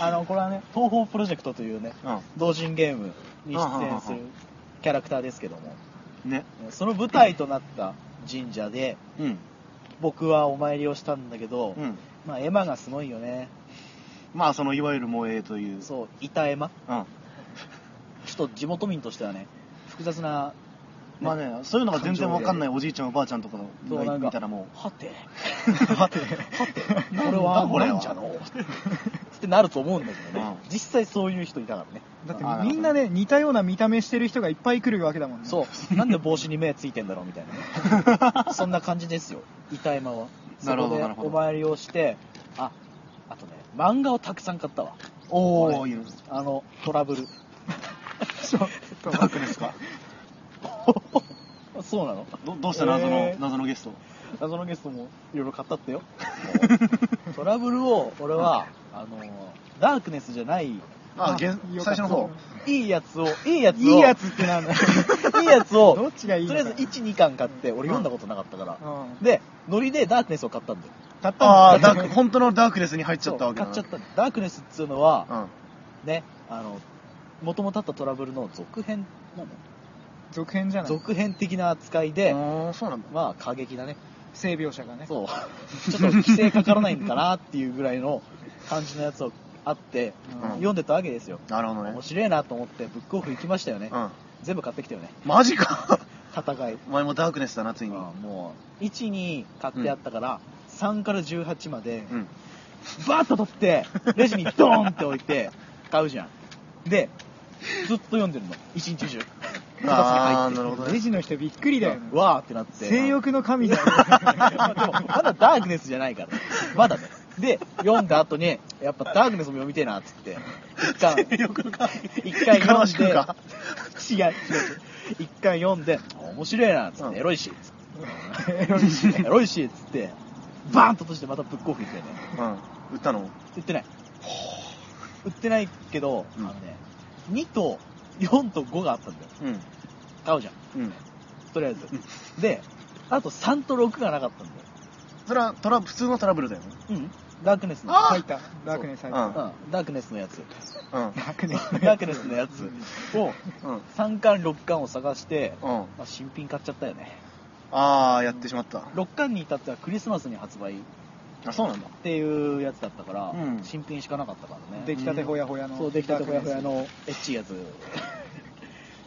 A: あのこれはね東方プロジェクトというね同人ゲームに出演するキャラクターですけども、
B: うんね
A: その舞台となった神社で、
B: うん
A: 僕はお参りをしたんだけど、
B: うん
A: まあ、絵馬がすごいよね。
B: まあそのいわゆる萌えという
A: そう、板絵馬。
B: うん
A: ちょっと地元民としてはね、複雑な、
B: まあねそういうのが全然わかんないおじいちゃんおばあちゃんとか
A: そうな
B: が
A: んか
B: 見たらも
A: は て、
B: うは
A: はて、
B: て
A: これは、
B: これは
A: なんじゃのってなると思うんだけどね
B: う。
A: 実際そういう人いたからね。
C: だって
A: あ
C: みんなね似たような見た目してる人がいっぱい来るわけだもんね
A: そうなんで帽子に目ついてんだろうみたいなねそんな感じですよ板山は
B: なる
A: そ
B: ほど
A: こで
B: なるほど
A: お参りをしてああとね漫画をたくさん買ったわ
B: おー
A: 俺
B: いいね
A: あのトラ ブル
C: ちょっと
B: ダークですか
A: そうなの
B: どどうした謎の、
A: えー
B: 謎のゲスト
A: 謎のゲストもいろいろ買った ってよトラブルを俺はあのダークネスじゃない
B: あ
C: あ
B: げん
C: よ
B: 最
C: かっ
B: 初
C: た
B: の方
A: いいやつをいいやつを
C: いいやつってなんだ
A: いいやつを
C: どっちがいい
A: と
C: の
A: りあ
C: か
A: えず12巻買って俺読んだことなかったから、
C: うん
A: でノリでダークネスを買ったんだよ
C: 買った
B: ああ
C: んだ
B: ダーク本当のダークネスに入っちゃったわけだ
A: 買
B: な
A: っちゃったのダークネスっつうのは、
B: うん
A: ねあの元々あったトラブルの続編なの
C: 続編じゃない
A: 続編的な扱いで、
B: ああそうなんだ
A: まあ過激だね
C: 性描写がね
A: そうちょっと規制かからないんかなっていうぐらいの感じのやつをあって、
C: うん
A: 読んでたわけですよ
B: なるほどね
A: 面白いなと思ってブックオフ行きましたよね、
B: うん
A: 全部買ってきたよね
B: マジか
A: 戦い
B: お前もダークネスだなついに
A: まあもう1に買ってあったから、3から18まで、
B: うん
A: バーッと取ってレジにドーンって置いて買うじゃんでずっと読んでるの一日中
B: ああなるほど
C: レ
B: ね
C: ジの人びっくりだよね
A: わーってなって
C: 性欲の神だよ
A: ま あでもまだダークネスじゃないからまだねで読んだ後にやっぱダークネスも読みてえなっつって一巻
B: よくか
A: 一回読
B: かま
A: ん
B: しく
A: で
B: か
A: 違う違う違う一回読んで面白いなっつっ
B: うん
A: てエロいしっつっ
C: エロいしね
A: てエロいしっつってバーンと閉じてまたブックオフ行ったよね
B: うん売ったの
A: 売ってない売ってないけど、
B: うん
A: あのね2と4と5があったんだよ
B: うん
A: 買うじゃん
B: うん
A: とりあえず、であと3と6がなかったんだよ
B: それはトラ普通のトラブルだよね
A: うんダークネスの
C: 入ったダークネス入っ
B: あ
C: た
A: うん、ダークネスのやつ
B: うん
C: ダークネス
A: ダークネスのやつを
B: うん
A: 3巻6巻を探して、
B: うん
A: まあ、新品買っちゃったよね
B: ああやってしまった
A: 6巻に至ってはクリスマスに発売っ
B: あそうなんだ
A: ていうやつだったから、
B: うん
A: 新品しかなかったからね
C: 出来たてほやほやの
A: そう出来たてほやほや
C: ダークネ
A: のエッチいやつ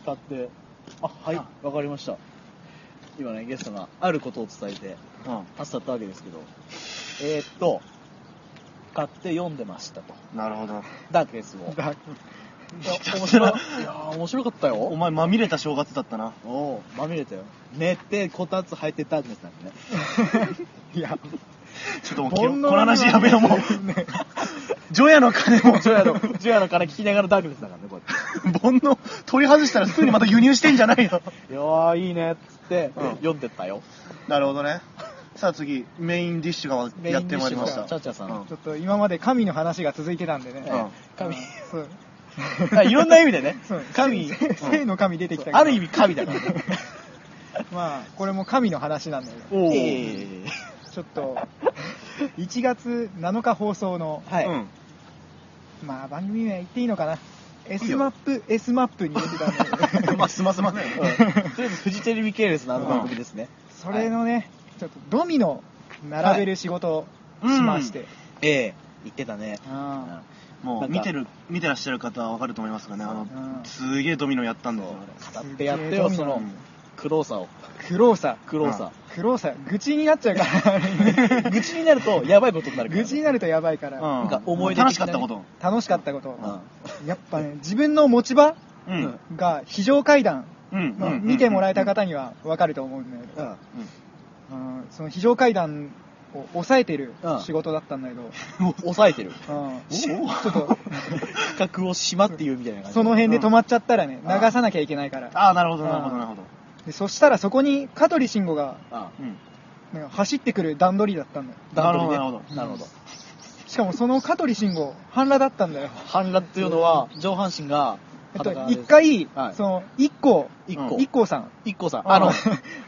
A: 買ってあはい
B: あ
A: わかりました今ねゲストがあることを伝えて
B: うん
A: パスだったわけですけどえー、っと買って読んでましたと
B: なるほど
A: ダークネスを
C: スダーク
A: いや面白いいやー面白かった
B: お
A: よ
B: 前まみれた正月だったな
A: おおうまみれたよ寝てこたつ履いてダークネスなんでね
C: いや
B: ちょっともう
C: 煩悩
B: この話やめろもう
C: ね
B: 除夜の鐘も
A: ジョヤのジョヤのから聞きながらダークネスだからねこうやっ
B: 煩悩取り外したらすぐにまた輸入してんじゃないよ
A: ていやーいいねっつって、
B: うん
A: 読んでったよ
B: なるほどねさあ次メインディッシュがやってまいり
A: メインディ
B: ました
A: ッシュがチャチャさん
B: うん
C: ちょっと今まで神の話が続いてたんでね
B: うん
A: 神
C: うんそう
A: あいろんな意味でね
C: そう
A: 神
C: せ性の神出てきたけど
A: ある意味神だからね
C: まあこれも神の話なんだけど
A: おお、
C: ちょっと1月7日放送の
A: はい、
B: うん
C: まあ番組名言っていいのかな S
B: よ
C: マップ S マップに入れてたんだ けど
B: まあすませまね
A: うんとりあえずフジテレビ系列のあの番組ですね、
C: それのねちょっとドミノ並べる仕事をしまして、
A: ええ言ってたね、
C: あ
B: も
A: な
B: うん
A: か
B: 見てる見てらっしゃる方はわかると思いますがねあの
C: あうん
B: すげえドミノやったんですよ
A: 語ってやってよ
C: すげ
A: そ
C: えド
A: の
C: ミノ
A: 苦労さを
C: 苦労さ
A: 苦労さ、
C: 苦労さ愚痴になっちゃうから、
A: 愚痴になるとやばいことになるからね、
C: 愚痴になるとやばいから、
B: あれ
A: なんか思い出
B: 楽
A: 的
B: し
A: な
B: か
A: ね
B: ったこと
C: 楽しかったこと、
A: う
C: やっぱね自分の持ち場
B: うん
C: が非常階段、
B: うん
C: まあ
B: うん
C: 見てもらえた方には分かると思うんだけ
A: ん、う
C: ど、
A: ん
C: うんその非常階段を抑えてる仕事だったんだけど、
A: 抑えてる。
C: うん
B: お
C: ちょっと
A: 企画をしまって言うみたいな感じ。
C: その辺で止まっちゃったらね
B: うん
C: 流さなきゃいけないから
B: ああなるほどなるほどなるほど
C: でそしたらそこに香取慎吾が
A: あ
B: うん
C: なんか走ってくる段取りだったんだよ
B: な
A: 段
B: るほ
A: 取
B: ど
A: りね
B: なるほど
A: なるほど。
C: しかもその香取慎吾半裸だったんだよ
A: 半裸っていうのは、上半身が
C: えっと
A: 裸です、
C: 一回、
A: はい
C: その一個
A: 一
B: う
A: 個
B: ん
C: 一。個さん
A: 一個さん。あ
B: あ
A: の
B: の、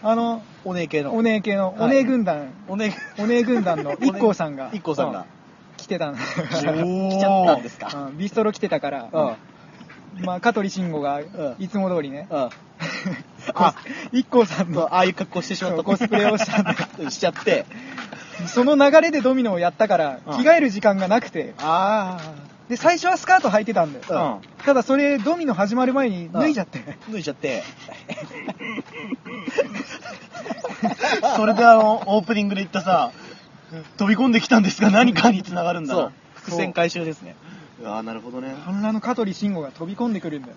C: あの
A: お姉系の。
C: お姉系の
A: はい
C: お姉軍団、
A: お姉、
C: お姉軍 団の一光さんが
A: 一個さんが。
C: 来てたんだ
A: 来ちゃ
B: おー
A: ったんですか。
C: うんビストロ来てたか
A: うん。うん
C: ら、。まあ、香取慎吾が
A: ん
C: いつも通りね、
A: あ
C: あ一光さん
A: そう
C: の
A: ああいう格好してしまっ
C: そ
A: た。
C: うコスプレをしたんだ
A: た。しちゃって。
C: その流れでドミノをやったから、
B: うん
C: 着替える時間がなくて、
A: あ
C: で、最初はスカート履いてたんだよ。
B: うん
C: ただそれ、ドミノ始まる前に脱いじゃって。
A: あ。脱いちゃって。
B: それであのオープニングで言ったさ飛び込んできたんですが何かに繋がるんだ
A: そ
B: な
A: う。伏線回収ですね。
B: ああなるほどね
C: 反乱の香取慎吾が飛び込んでくるんだよ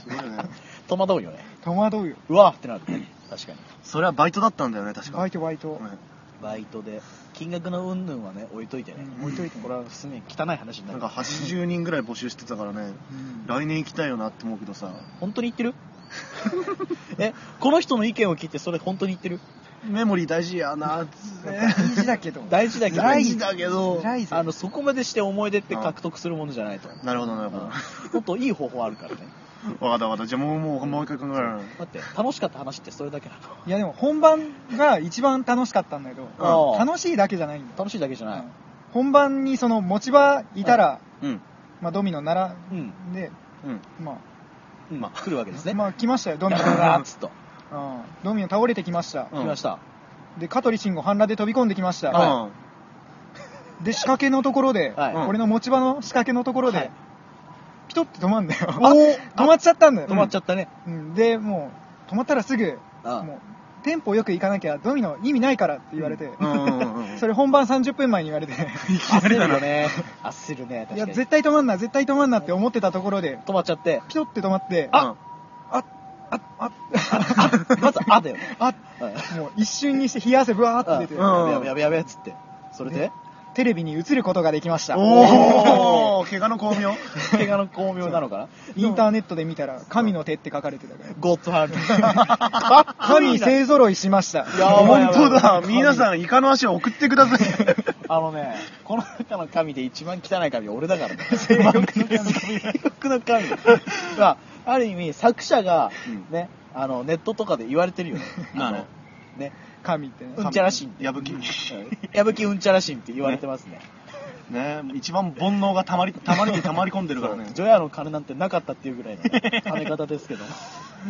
B: すごいね
A: 戸惑うよね
C: 戸惑うよ
A: うわーってなるね確かに
B: それはバイトだったんだよね確か
C: バイトバイト、
B: うん
A: バイトで金額の云々はね置いといてね、
C: うん置いといてね
A: これは普通に汚い話にな
B: なん
A: る
B: か80人ぐらい募集してたからね、
C: うん
B: 来年行きたいよなって思うけどさ、
A: 本当に言ってる えこの人の意見を聞いてそれ本当に言ってる
B: メモリー大事やなっつって
C: 大事だけど
A: 大事だけど
B: 大事だけど、
C: 辛いぜ
A: あのそこまでして思い出って獲得するものじゃないと、
B: なるほど、なるほど。
A: うん
B: わ
A: もっといい方法あるからね
B: かったわかった。じゃあもう、もう、もう一回考える。
A: 待って楽しかった話ってそれだけなの
C: いやでも本番が一番楽しかったんだけど
A: あー
C: 楽しいだけじゃないんだよ
A: 楽しいだけじゃない、
C: うん本番にその持ち場いたら、
B: うん。
C: まあ、ドミノ並
A: うん、
C: んで、
B: うん。
C: ま
A: うん、まあ来るわけです
C: あ、
A: ね、
C: まあ来ましたよ ドミノ
A: ガー
C: が
A: ッ、つっと
C: うん、ドミノ倒れてきました、
B: うん
A: 来ました、
C: で香取慎吾半裸で飛び込んできました、
A: は
C: で仕掛けのところで、
A: はい
B: うん
C: 俺の持ち場の仕掛けのところで、
A: はい
C: ピトって止まんだよ
A: おー
C: あ止まっちゃったんだよ
A: 止まっちゃったね、
C: うんでもう止まったらすぐ
A: ああ
C: もうテンポよく行かなきゃドミノ意味ないからって言われて、
B: うん。うんうんうんうん。
C: それ本番30分前に 言われて
A: 焦るよね焦るね確か
C: い
A: に
C: や絶対止まんな絶対止まんなって思ってたところで
A: 止まっちゃ って
C: ピトって止まって
B: あ、
C: あああ
A: あまず「あ」だよね
C: あ
A: うん
C: もう一瞬にして冷や汗ブワーって出て、
B: うん
A: やべやべやべやべっつってそれで
C: ねテレビに映ることができました
B: おー怪我の巧 妙
A: 怪我の巧妙なのかな
C: インターネットで見たら「神の手」って書かれてたから
A: ゴッドハンドかっこい
C: 神
A: いな
C: 勢揃いしました
A: やばいやば
B: 本
A: い
B: 当だ。皆さん、イカの足を送ってください。
A: あのねこの中の神で一番汚い神は俺だからね性欲の神性欲の神まあある意味作者がねあのネットとかで言われてるよね
B: な
A: あ
B: るほど
A: のね
C: 神ってね
A: うんちゃらしんって
B: やぶき。
A: 矢吹うんちゃらしんって言われてますね
B: ね一番煩悩がたまり、たまりにたまり込んでるからね
A: ジ。ョヤの金なんてなかったっていうぐらいの ね金方ですけど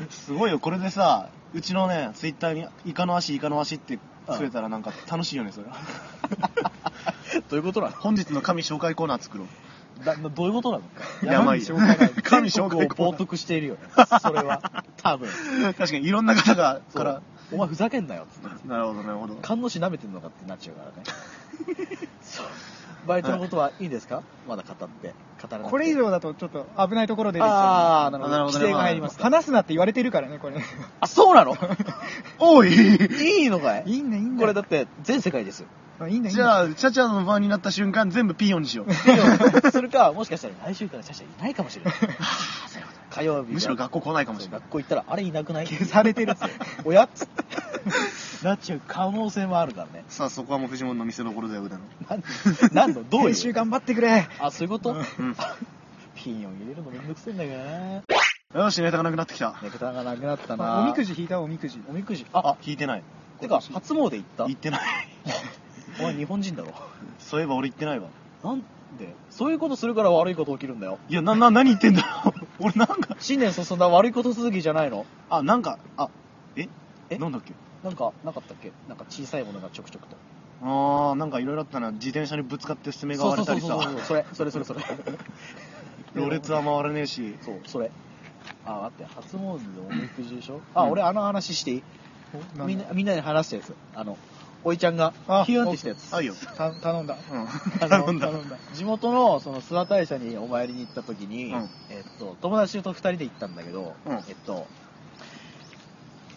B: すごいよ、これでさ、うちのね、ツイッターに、イカの足、イカの足って増えたらなんか楽しいよね、それ。
A: どういうことなの
B: 本日の神紹介コーナー作ろう。
A: だどういうことなの
B: やばい
C: 神紹 介
B: 神
A: 全
B: 紹
A: 国を
B: 介コー
A: 冒
B: ナー
A: 涜しているよねそれ は多分
B: 確かにいろんな方が
A: そ
B: か
A: う
B: ら
A: お前ふざけんなよっつって
B: なるほどなるほど
A: 観音師舐めてんのかってなっちゃうからねそうバイトのことはいいんですか、まだ語って語らなくて
C: これ以上だとちょっと危ないところでですよ
A: ああなるほど
B: なるほどね
A: 規制が入りますか
C: 話すなって言われてるからねこれ
A: あそうなの
B: おい
A: いいのかい
C: いいんだいいんだ
A: これだって全世界ですよ
C: あいいんだいいん
B: じ
C: だ
B: ゃあチャチャの番になった瞬間全部ピーヨンに しよう
A: それかもしかしたら来週からチャチャいないかもしれない火曜日は
B: むしろ学校来ないかもし
A: そう
B: れない
A: 学校行ったらあれいなくない
C: 消されてるって
A: おやっつってなっちゃう可能性もあるからね
B: さあそこはもうフジモンの見せどころだよ腕の
A: なんなんのどうい
C: 編
A: う
C: 集頑張ってくれ
A: あそういうこと、
B: うん
A: ピンを入れるのめんどくせえんだからな
B: よしネタがなくなってきた
A: ネクタがなくなった
C: まあ
A: な
C: おみく
A: じ
C: じ引いたおみくじ
A: おみくじあ
B: 引いてない
A: てか初詣行った
B: 行ってない
A: お前日本人だろ
B: そういえば俺行ってないわ
A: なんでそういうことするから悪いこと起きるんだよ
B: いやなな何言ってんだ よ俺なんか
A: 新年そんな悪いこと続きじゃないの
B: あなんかあえ
A: え
B: なんだっけ
A: なんかなかったっけなんか小さいものがちょくちょくと
B: あーなんかいろいろあったな自転車にぶつかってすめが割れたり
A: そうそう
B: さ
A: そうそうそれそれそれそれ
B: ろれつは回らねえし
A: そうそれあ待って初詣でおみくじでしょあ、
B: うん
A: 俺あの話していい
C: お
A: みん
C: だ
A: なみんなで話したやつあのおいちゃんが
C: あ
A: ヒュンってしたやつ
B: あいよ
C: た頼んだ
B: うん頼んだ
C: 頼んだ
A: 地元のその諏訪大社にお参りに行った時に、
B: うん
A: えっと、友達と2人で行ったんだけど、
B: うん
A: えっと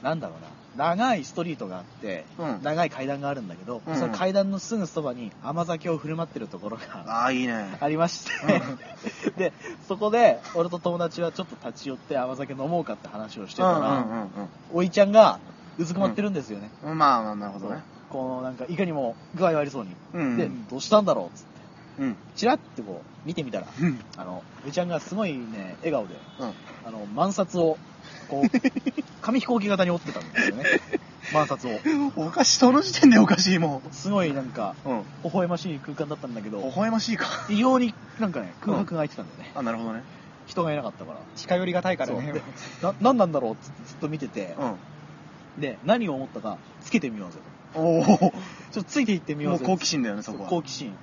A: なんだろうな長いストリートがあって、
B: うん
A: 長い階段があるんだけど、
B: うん
A: その階段のすぐそばに甘酒を振る舞ってるところが
B: あーいいね
A: ありまして、でそこで俺と友達はちょっと立ち寄って甘酒飲もうかって話をしてたら、
B: うんうんうん
A: おいちゃんがうずくまってるんですよね、
B: うんまあまあなるほどね
A: このなんかいかにも具合悪そうに、
B: うん
A: でどうしたんだろうっつって
B: うん
A: チラッてこう見てみたら
B: うん
A: あの、部ちゃんがすごいね、笑顔で、
B: うん
A: あの、万札を、 こう、紙飛行機型に折ってたんですよね。万札を。
B: おかしい、その時点でおかしい、も
A: すごいなんか、
B: う。うん。
A: 微笑ましい空間だったんだけ
B: 微
A: ど、
B: 笑ましいか。
A: 異様になんかね、空白が空いてたんだよね。
B: あ、なるほどね。
A: 人がいなかったから。
C: 近寄りがたいからね
A: な、なんなんだろうっつってずっと見てて、
B: うん。
A: で、何を思ったか、つけてみようぜ
B: お
A: と
B: お。。
A: ちょっとついていってみよ
B: も
A: う
B: う
A: ぜ。
B: 好奇心だよね、そ
A: そう
B: こは。
A: 好奇心。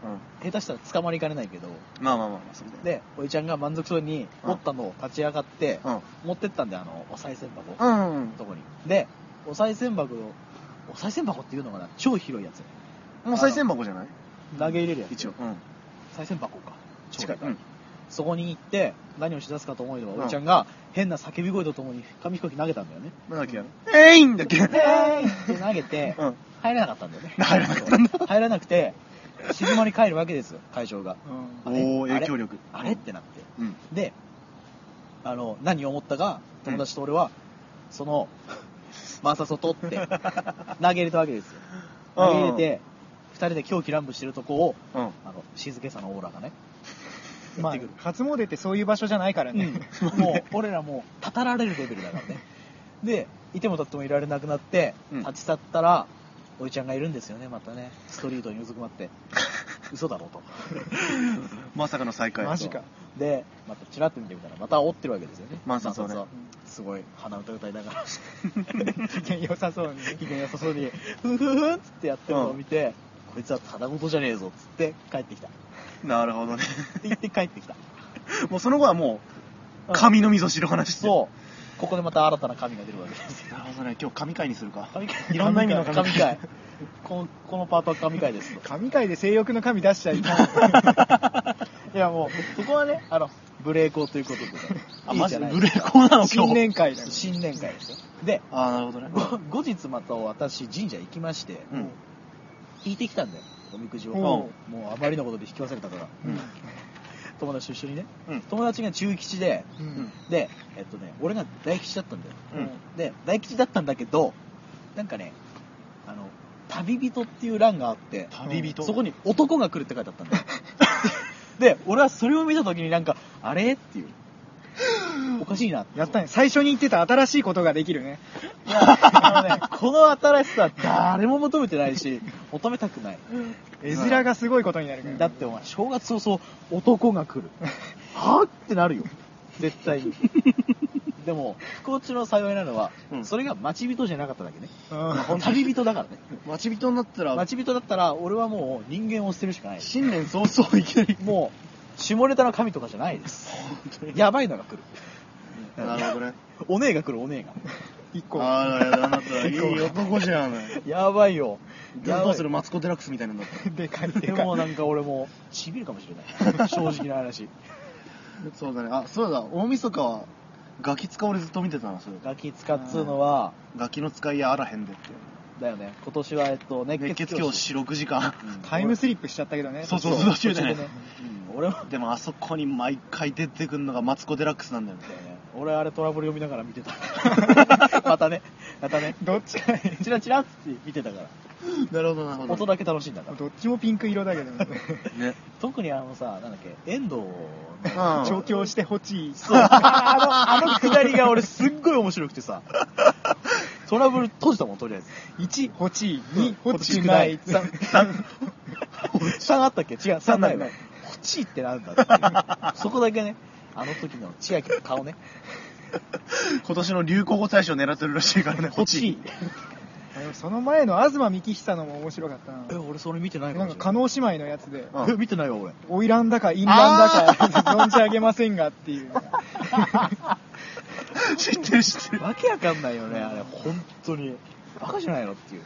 B: う
A: 下手したら捕まりかねないけど、
B: ん。まあまあまあ、そうだよ。
A: で、おいちゃんが満足そうに折ったのを立ち上がって、持ってったんで、あの、お賽銭箱。
B: うん。うん。
A: とこに。で、お賽銭箱を、お賽銭箱っていうのかな超広いやつ。
B: もう再銭箱じゃない
A: 投げ入れるやつ。
B: 一応。うん。
A: 賽銭箱か。近いから、
B: うん
A: そこに行って何をしだすかと思いれば、
B: うん
A: おじちゃんが変な叫び声とともに紙飛行機投げたんだよね
B: なんだっけえいんだっけ
A: えーって投げて、
B: うん
A: 入れなかったんだよね
B: 入らなかったんだ
A: 入らなくて静まり返るわけですよ会場が
C: うん
A: あれ
B: おー
A: あれ
B: 影響力
A: あれってなって
B: うん
A: であの何を思ったか友達と俺は、その マサソ取って投げ入れたわけですよ投げ入れて2人で狂気乱舞してるとこを
B: うん
A: あの静けさのオーラがね
C: まあ、初詣ってそういう場所じゃないから ね。
A: うん、 もう俺らもうたたられるレベルだからねでいても立ってもいられなくなって
B: うん
A: 立ち去ったら、おじちゃんがいるんですよねまたねストリートにうずくまって嘘だろうと
B: まさかの再会
C: マジか。
A: でまたチラッと見てみたらまた追ってるわけですよね
B: 摩擦をね
A: 摩すごい鼻歌歌いながら
C: 機嫌良さそうに。
A: 機嫌良さそうにふふふっつってやってるのを見て、こいつはただ事じゃねえぞっつって帰ってきたって
B: なるほどね
A: 言って帰ってきた
B: もうその後はも
A: う
B: う
A: ん
B: 紙の溝知る話して
A: そうここでまた新たな神が出るわけです
B: なるほどね今日神会にするか
A: 神回
B: いろんな意味の神
A: 神回このこのパートは神回ですと
C: 神界で性欲の神出しちゃいない。
A: いやもうそこはねあの無礼講ということで、
B: あ
A: いい
B: マ
A: じ
B: ジ
A: ゃ
B: で
A: ない
B: 無礼講なの今
C: 新
B: 日
C: 年会だよ。
A: 新年会ですよで
B: ああなるほどね
A: ご後日また私神社行きまして
B: うん
A: 引いてきたんだよおみくじを
C: うん
A: もうあまりのことで引き忘れたから
C: うん
A: 友達と一緒にね
B: うん
A: 友達が中吉で
C: うん
A: でえっとね俺が大吉だったんだよ
B: うん
A: で大吉だったんだけどなんかねあの旅人っていう欄があって
B: 旅人
A: そこに男が来るって書いてあったんだよで俺はそれを見た時になんかあれっていうおかしいなって
C: やったね。最初に言ってた新しいことができるね。
A: いやあのねこの新しさは誰も求めてないし求めたくない
C: 絵面がすごいことになるから。
A: だってお前正月早々男が 来るはあってなるよ絶対 にでも不幸中の幸いなのは、
B: うん
A: それが待ち人じゃなかっただけね
C: うん
A: 旅人だからね
B: 待ち人になったら
A: 待ち人だったら俺はもう人間を捨てるしかない
B: 新年早々いきなり
A: もう下ネタの神とかじゃないですやばいのが来る
B: なるほどね
A: お姉が来るお姉 が
C: 一個。
B: ああやだなったいい男じ ゃん
A: やばいよやばい
B: どうするマツコ・デラックスみたいなんだった
C: でかいで
A: で
C: かい
A: も。なんか俺もうしびるかもしれない正直な話
B: そうだねあそうだ大晦日はガキ使俺ずっと見てたなそれ
A: ガキ使っつうのは
B: ガキの使いやあらへんでって
A: だよね今年はえっと熱
B: 熱
A: 血
B: 血
A: 教
B: 教
A: 師
B: 師6時間
A: うん
C: タイムスリップしちゃったけどね。
B: そうそう
C: 途
B: そう途中
C: 途
B: で
C: 中
B: ね
C: でね。
A: うん俺も
B: でもあそこに毎回出てくるのがマツコ・デラックスなんだよね
A: だよね 俺あれトラブル読みながら見てた またねまたね
C: どっちかね
A: チラチラって見てたから
B: なるほどなるほ
A: 音
B: ど
A: だけ楽しいんだから
C: どっちもピンク色だけどね。
B: ね
A: 特にあのさなんだっけ遠藤の
B: うん
C: 調教してほしい。
A: そう。あの、あのくだりが俺すっごい面白くてさ。トラブル閉じたもん、とりあえず。
C: 1、ほちい。2、ほち
A: な
C: ないい。
A: 3、3あったっけ違う、3ないわ。ほちいってなんだっていう。そこだけね、あの時の千秋の顔ね。
B: 今年の流行語大賞狙ってるらしいからね
A: ほちい。
C: でもその前の東幹久のも面白かった
A: え、
C: な。
A: 俺それ見てないか
C: なん
A: も
C: か、
A: しれ
C: 加
A: ない。
C: 納姉妹のやつで、
B: 能
A: え、見てないわ、俺。
C: オイランだかインランだか存じ上げませんがっていう。
B: 知ってる知ってる
A: わけわかんないよね、あれ、本当に。バカじゃないのっていう。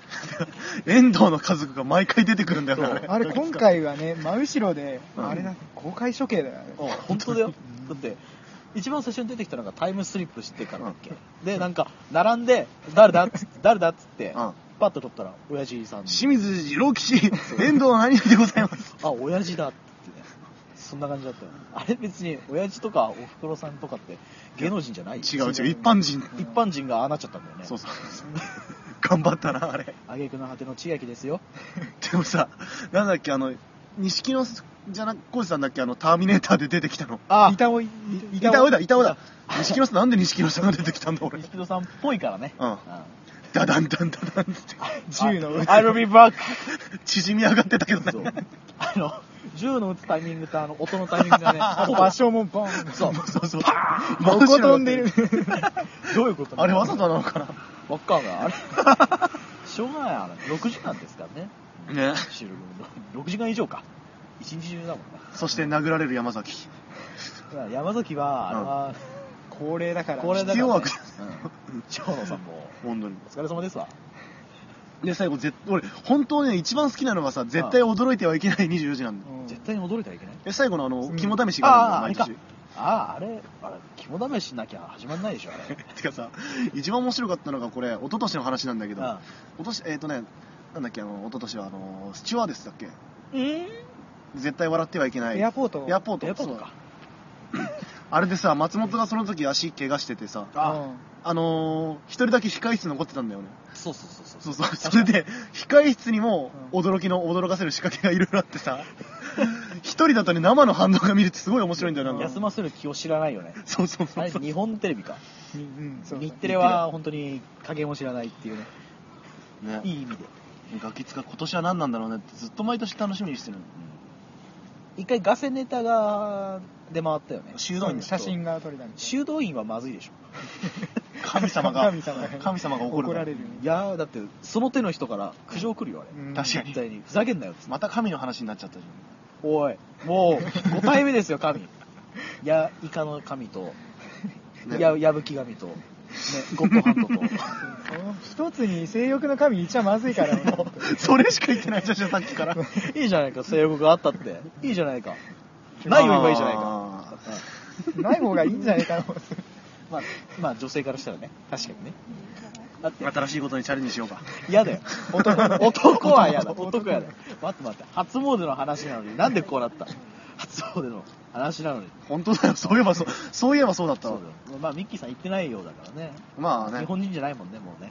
B: 遠藤の家族が毎回出てくるんだよね
C: あれ今回はね、真後ろで、
B: うん
C: あれだ、公開処刑だよ、あれ
A: うん、 本当だよ。だって、一番最初に出てきたのがタイムスリップしてからだっけ。で、なんか、並んで、誰だっつって、誰だっつって、
B: うん
A: パッと取ったら、親父さんで
B: 清水次郎吉遠藤何々でござい ます
A: あ、親父だってね。そんな感じだったよね。あれ別に、親父とかおふくろさんとかって芸能人じゃないよ
B: 違う違う一般人
A: 一般人がああなっちゃったんだよね。
B: そうそう頑張ったなあれ
A: 挙句の果ての千秋ですよ。
B: でもさなんだっけあの錦野じゃなく浩二さんだっけあのターミネーターで出てきたの
A: あ
C: 板尾、い
B: 板尾だ板尾だ錦野さんなんで錦野さんが出てきたんだ俺
A: 錦戸さんっぽいからね。
B: うんダダンダンダダンって
C: 銃の撃つ
A: I'll be back!
B: 縮み上がってたけど
A: そう
B: ね。
A: あの、銃の撃つタイミングとあの、音のタイミングがね、
C: あと
A: ほぼ
C: 場所もボン。
A: そう。
B: そうそう
C: ボコ飛んでる。
A: どういうことなの
B: あれわざとなのか
A: わっかんない。あれしょうがない、あれ。6時間ですからね。
B: なね
A: 収録の。6時間以上か。一日中だもんな。
B: そして殴られる山崎
A: だから山崎は、あれは、
C: 高齢だから。
A: 高齢だから、ね。
B: 必要悪
A: うん。長野さんも、
B: 本当に
A: お疲れ様ですわ。
B: で最後ぜ俺本当ね一番好きなのがさ絶対驚いてはいけない24時なんだよ
C: うん
A: 絶対に驚いてはいけない
B: え最後のあの
C: うん
B: 肝試しがあるんだ
A: あーあ
B: よ毎
A: れ
B: 年
A: あああれあれ肝試しなきゃ始まんないでしょあれ
B: てかさ一番面白かったのがこれ一昨年の話なんだけど
A: うん
B: 一昨年えっ、とねなんだっけあの一昨年はあのスチュワーデスだっけ
A: え
B: 絶対笑ってはいけない
C: エアポート
B: エアポート
A: エアポートか
B: そうあれでさ松本がその時足怪我しててさ
A: あ
B: あのー、一人だけ控室残ってたんだよね
A: そうそうそうそう
B: そうそうそれで控室にも
C: う
B: 驚きの驚かせる仕掛けがいろいろあってさ一人だとね生の反応が見るってすごい面白いんだよなんか
A: 休ませる気を知らないよね
B: そうそうそ
A: あ
B: う
A: れ
B: そう
A: 日本テレビか
C: うんうんそう
A: 日テレは本当に加減を知らないっていうね
B: ね
A: いい意味で
B: ガキ使今年は何なんだろうねってずっと毎年楽しみにしてるの
A: 一回ガセネタが出回ったよね
B: 修道
C: そう
B: 院
C: 写真が撮れたみたいな
A: 修道院はまずいでしょ
B: 神様が
C: 神様が
B: 神様が怒る
C: 怒られる
A: いやーだってその手の人から苦情来るよあれ
C: うん
B: 確かに
A: 絶対にふざけんなよっつって
B: また神の話になっちゃったじ
A: おいもう5体目ですよ 神いやイカの神と
B: ね
A: ややぶき神とねゴッドハンドと
C: 一つに性欲の神にいちゃまずいか らね
B: ゃんそれしか言ってないじゃんさっきから
A: いいじゃないか性欲があったっていいじゃないかないよ今いいじゃないか
B: あー
C: ない方がいいんじゃないかな
A: まあ、まあ女性からしたらね確かにねだって
B: 新しいことにチャレンジしようか
A: 嫌だよ男男は嫌だ男は嫌だ待って待って初詣の話なのになんでこうなった初詣の話なのに
B: 本当だよそういえばそうそういえばそうだった
A: そ
B: わ
A: うだよまあミッキーさん行ってないようだからね
B: まあね
A: 日本人じゃないもんねもうね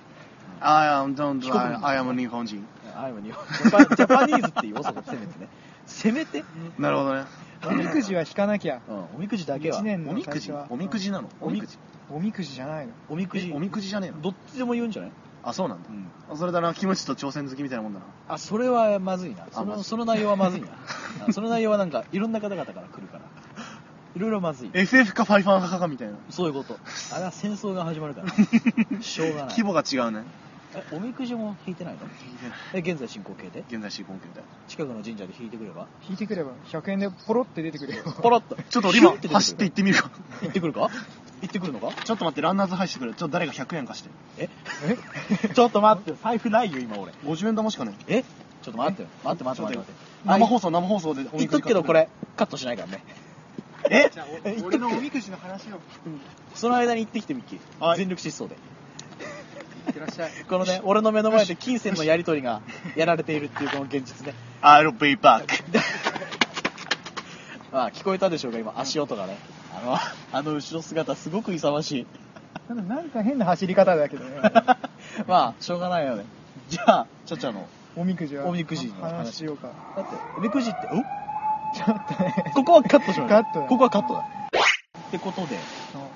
B: ああ、don't
A: 帰国民
B: I am 日本人。
A: あいも日本ジャパジャパニーズっていうそこせめてねせめて、
B: なるほどね。
C: おみくじは引かなきゃ
A: うん、おみくじだけは
C: 一年
B: おみくじ
C: 最初は
B: おみくじなの
A: おみく
B: じ
C: おみくじじゃないの
A: おみくじ
B: おみくじじゃねえの
A: どっちでも言うんじゃない、
B: あ、そうなんだ。あそれだな、キムチと朝鮮好きみたいなもんだな。
A: あそれはまずいなそ
B: まず
A: の
B: い
A: その内容はまず いなあその内容はなんかいろんな方々から来るからいろいろまずい
B: FF かファイファン派かみたいな。
A: そういうことあれは戦争が始まるから しょうがない
B: 規模が違うね。
A: えおみくじも引いてないのえ現在進行形で
B: 現在進行形みたいな。
A: 近くの神社で引いてくれば
C: 引いてくれば100円でポロって出てくるよ
A: ポロッと
B: ちょっと俺今
A: ヒュン、
B: 走って行ってみるか。
A: 出てくるから行ってくるか行ってくるのか
B: ちょっと待って、ランナーズハイしてくれ。ちょっと誰か100円貸して。
A: え
C: え
A: ちょっと待って財布ないよ今俺
B: 50円玉しかねえ。
A: えちょっと待ってよ待って待って待って待って
B: 生放
A: 送
B: 送、生放送でお
A: 言
B: み
A: っ
B: く
A: と
B: じ
A: くけどこ
B: 買って
A: れカットしないからね
B: くれ。え
C: じゃあ
A: え言っとくけど
C: 俺のおみくじの話を
A: その間に行ってきてミッキー、
B: はい
A: 全力疾走で
C: いってらっしゃ い
A: このね俺の目の前で金銭のやり取りがやられているっていうこの現実 ね
B: ?I'll be back.
A: ああ聞こえたでしょうか今足音がねあのあの後ろ姿すごく勇ましい
C: なんか なんか変な走り方だけどね
A: まあしょうがないよねじゃあちゃちゃの
C: おみくじは
A: おみくじの話
C: 話しようか
A: だっておみくじってお
C: ちょっとね
A: ここはカットしましょう
C: カットだ
A: ここはカットだってことで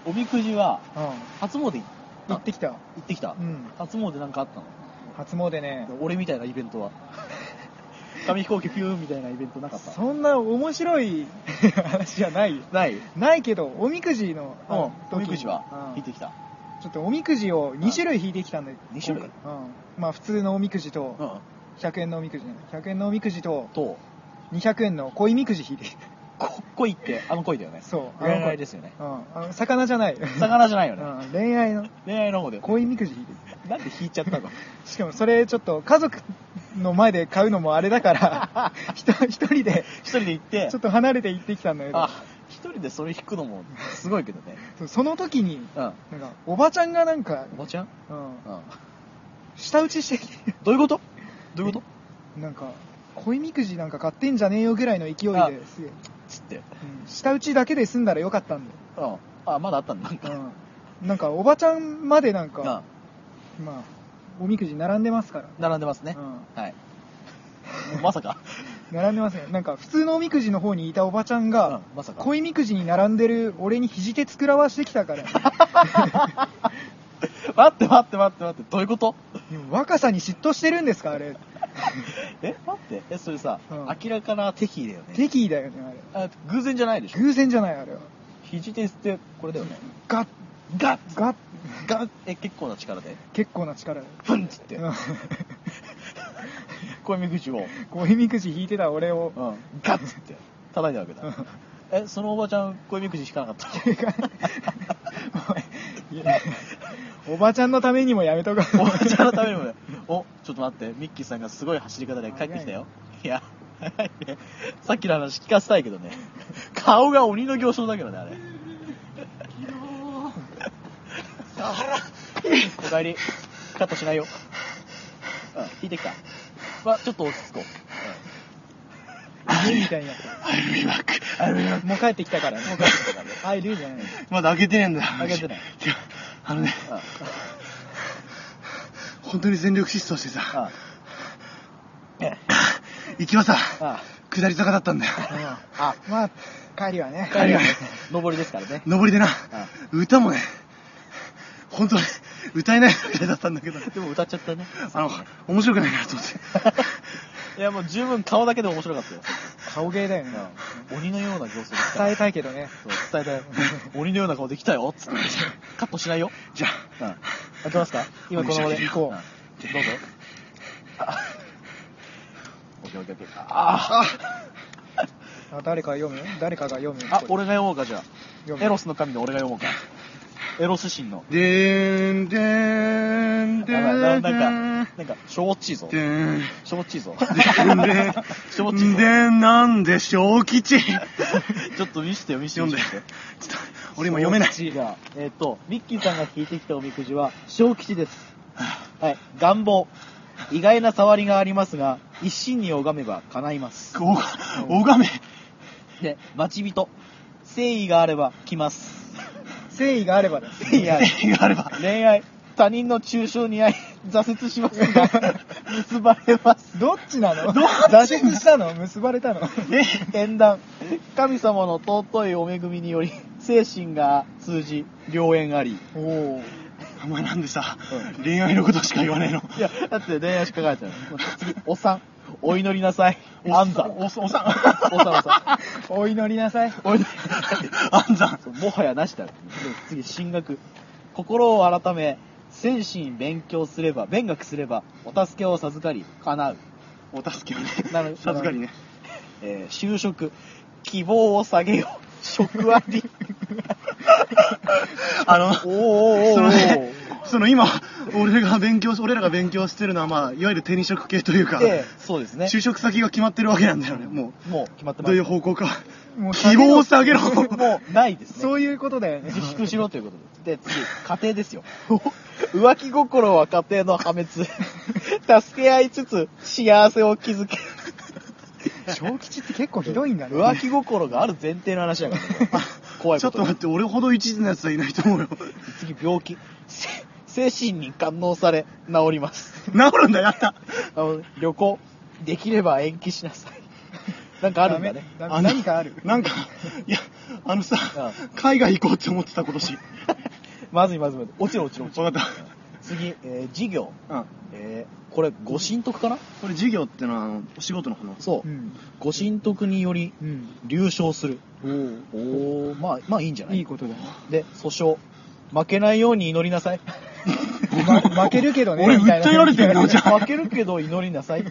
A: おみくじは
C: うん
A: 初詣行
C: 行ってきた
A: ってきた、
C: うん
A: 初詣なんかあったの
C: 初詣ね
A: 俺みたいなイベントは紙飛行機ピューンみたいなイベントなかった
C: そんな面 白い話じゃないよ
A: ない
C: ないけどおみくじのあ
A: うんお
C: の時
A: みくじは
C: う
A: 引
C: ん
A: いてきた
C: ちょっとおみくじを2種類引いてきたんだよ
A: 二種類
C: 今回うんまあ普通のおみくじと
A: うん
C: 100円のおみくじね100円のおみくじと
A: と
C: 200円の恋みくじ引いてきた
A: こ恋ってあの恋だよね
C: そう
A: 恋愛ですよね
C: うんあの魚じゃない、う
A: 魚じゃないよね、
C: ん、恋愛の
A: 恋愛の方で
C: 恋みくじ引いてき
A: なんで引いちゃった の
C: たしかもそれちょっと家族の前で買うのもあれだから 一人一人で
A: 一人で行って
C: ちょっと離れて行ってきたんだけど
A: あ一人でそれ引くのもすごいけどね
C: そうその時に
A: うん
C: なんかおばちゃんがなんか
A: お、ばちゃん、
C: うん、
A: うん、
C: 舌打ちしてきて
A: どういうことどういうこと
C: なんか恋みくじなんか買ってんじゃねえよぐらいの勢い
A: あ
C: ですげえ、
A: つって
C: うん、舌打ちだけで済んだらよかったんだ
A: うんあまだあったんだなんか、
C: よ、うん、なんかおばちゃんまでなんか、
A: うん
C: まあおみくじ並んでますから、
A: 並んでますね
C: う、ん、
A: はいまさか、
C: 並んでますねなんか普通のおみくじの方にいたおばちゃん
A: う
C: が
A: ん、まさか
C: 恋みくじに並んでる俺に肘手作らわしてきたから
A: 待って待って待って待ってどういうこと
C: でも若さに嫉妬してるんですかあれ
A: え待ってえそれさ、
C: うん
A: 明らかな敵意だよね
C: 敵意だよねあれ
A: あ偶然じゃないでしょ
C: 偶然じゃないあれは
A: 肘手ってこれだよね
C: ガッ
A: ガッ
C: ガッ
A: ガッえ結構な力で
C: 結構な力だよ
A: フンっつって
C: うん
A: 小指口を、うん、
C: 恋みくじ引いてた俺を
A: ガッつって叩いたわけだえそのおばちゃん小指口引かなかった
C: いやおばちゃんのためにもやめとこう
A: おばちゃんのためにもねおちょっと待ってミッキーさんがすごい走り方で帰ってきたよいや早いねさっきの話聞かせたいけどね顔が鬼の行商だけどねあれおかえりカットしないよ、うん、引いてきたはちょっと落ち着こう
C: 犬みたいになってる
B: I'll be back. I'll be back.
C: もう帰ってきたからね
A: もう帰ってきたからね
C: アイルじゃない
B: まだ開けてねえんだよ。
A: 開けてない
B: 違う。 あのね、
A: うん
B: 本当に全力疾走してさ、
A: あえ
B: 行きはさ、
A: あ
B: 下り坂だったんだよ。
C: あまあ帰りはね
A: 帰りはね上りですからね
B: 上りでな、
A: あ
B: 歌もね、本当に歌えないみたいだったんだけど、
A: でも歌っちゃったね
B: あの、面白くないなと思 って。
A: いやもう十分顔だけで面白かったよ
C: 顔芸だよね
A: 鬼のような形相で来た
C: 伝えたいけどね
A: そう伝えたい鬼のような顔できたよつってカットしないよ
B: じゃ
A: うん開けますか今この場で
B: 行
C: こうん
A: どうぞあオッケーオッケーオッケーあ
B: あ、
C: あ誰か読む誰かが読む
A: ーあ俺が読もうかじゃ
C: 読
A: あ
C: む
A: エロスの神の俺が読もうかエロス神の
B: でーん、でーん、
A: あ
B: で
A: まあ
B: ー、
A: なんん
B: で
A: か
B: ーん、
A: なんかしょぼっちいぞ
B: でーん。
A: しょぼっちいぞ しょぼっちい
B: で、
A: ぞ
B: で、なんで 小吉
A: ちょっと見してよ見して
B: 読
A: よ
B: ん
A: 見
B: で。ち
A: して
B: ょ
A: よ
B: っと、俺今読めない。
A: 小吉じゃあえっ、と、ミッキーさんが引いてきたおみくじは、小吉です。はい、願望。意外な触りがありますが、一心に拝めば叶います。
B: おが、拝め。
A: で、待ち人。誠意があれば来ます。
C: 誠意があればです
A: 誠意があれば
B: 意があれば。
A: 恋愛。他人の中傷に遭い、挫折しますが、結ばれます。
C: どっちな
A: ど
C: の
A: っち
C: 挫折したの結ばれたの
A: 縁談。神様の尊いお恵みにより、精神が通じ、良縁あり。
C: おおー
B: お前なんでさ
A: う、
B: 恋愛のことしか言わないの
A: いや、だって恋愛しか書いてない。次、お産。お祈りなさい。安産。
B: お、おさ ん。
A: お産お産。
C: お祈りなさい
A: お祈
B: 安産。
A: り。もはやなしだろ。次、進学。心を改め、精神勉強すれば、勉学すれば、お助けを授かり、叶う。
B: お助けをね
A: なる。
B: 授かりね。
A: えー就職。希望を下げよ。職あり。
B: あの、
A: おーおー
B: そ
A: おーお
B: のね、その今、俺が勉強し、俺らが勉強してるのは、まあ、いわゆる手に職系というか
A: ー。、で、そうですね。
B: 就職先が決まってるわけなんだよね、も
A: もう決まってま
B: う。ど
A: す。
B: ういう方向か。
C: もう
B: 希望を下げろ。
A: もうないですね。
C: そういうことだよね
A: 自粛しろということで。で、次、家庭ですよ。浮気心は家庭の破滅。助け合いつつ、幸せを築け。
C: 小吉って結構 ひどいんだね
A: 浮気心がある前提の話だから ね。怖い
B: ち
A: こ
B: ょっ
A: と
B: と待
A: に。
B: って、俺ほど一途な奴はいないと思うよ。
A: 次、病気。せ精神に感応され、治ります。
B: 治るんだ、やった。
A: あの旅行、できれば延期しなさい。 なんかあるんだね。
C: ダメ
B: あの
C: 何かある
B: なんか、いや、あのさ
A: う、
B: 海外行こうって思ってた今年。
A: まずいまずいまずい。落ちろ落ちろ落ちろ。
B: わかっ
A: 次、えー事業。
B: た。うん。
A: えーこれ、ご神徳かな
B: これ事業ってのは、あのお仕事のこの。
A: そうう。
C: ん
A: ご神徳により、
C: うん
A: 流暢する。
C: おー
A: おおまあ、まあいいんじゃない
C: いいことだね
A: で、訴訟。負けないように祈りなさい。
C: ま負けるけどね
B: 俺
C: みたいな
B: 訴えられてんのじゃ あ
A: 負けるけど祈りなさい。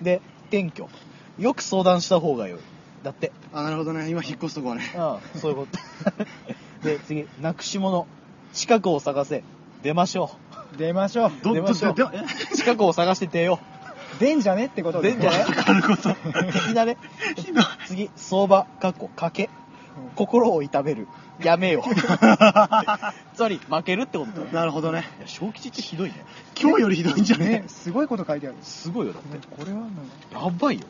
A: で、転居。よく相談した方がよい。だって。
B: あ、なるほどね。今引っ越すとこはね。
A: ああ、そういうこと。 で、次、なくし物。近くを探せ。出ましょ
C: 出ましょう
B: ど、
A: 出
B: ど、
A: ま
B: ど、
A: しょう
B: ど、え
A: う。近くを探して出よ
C: 出んじゃねってことだよ
A: 出んじゃね
B: わかること。
A: う。的なね。
B: ひどい。
A: 次、相場、かっこ、賭け。心を痛める。やめよう。 つまり、負けるってことだよ。
B: なるほどね。
A: いや、小吉ってひどいね。
B: 今日よりひどいんじゃ
C: ね
B: ね
C: すごいこと書いてある
A: すごいよ、だって。
C: これはなんか
A: やばいよ。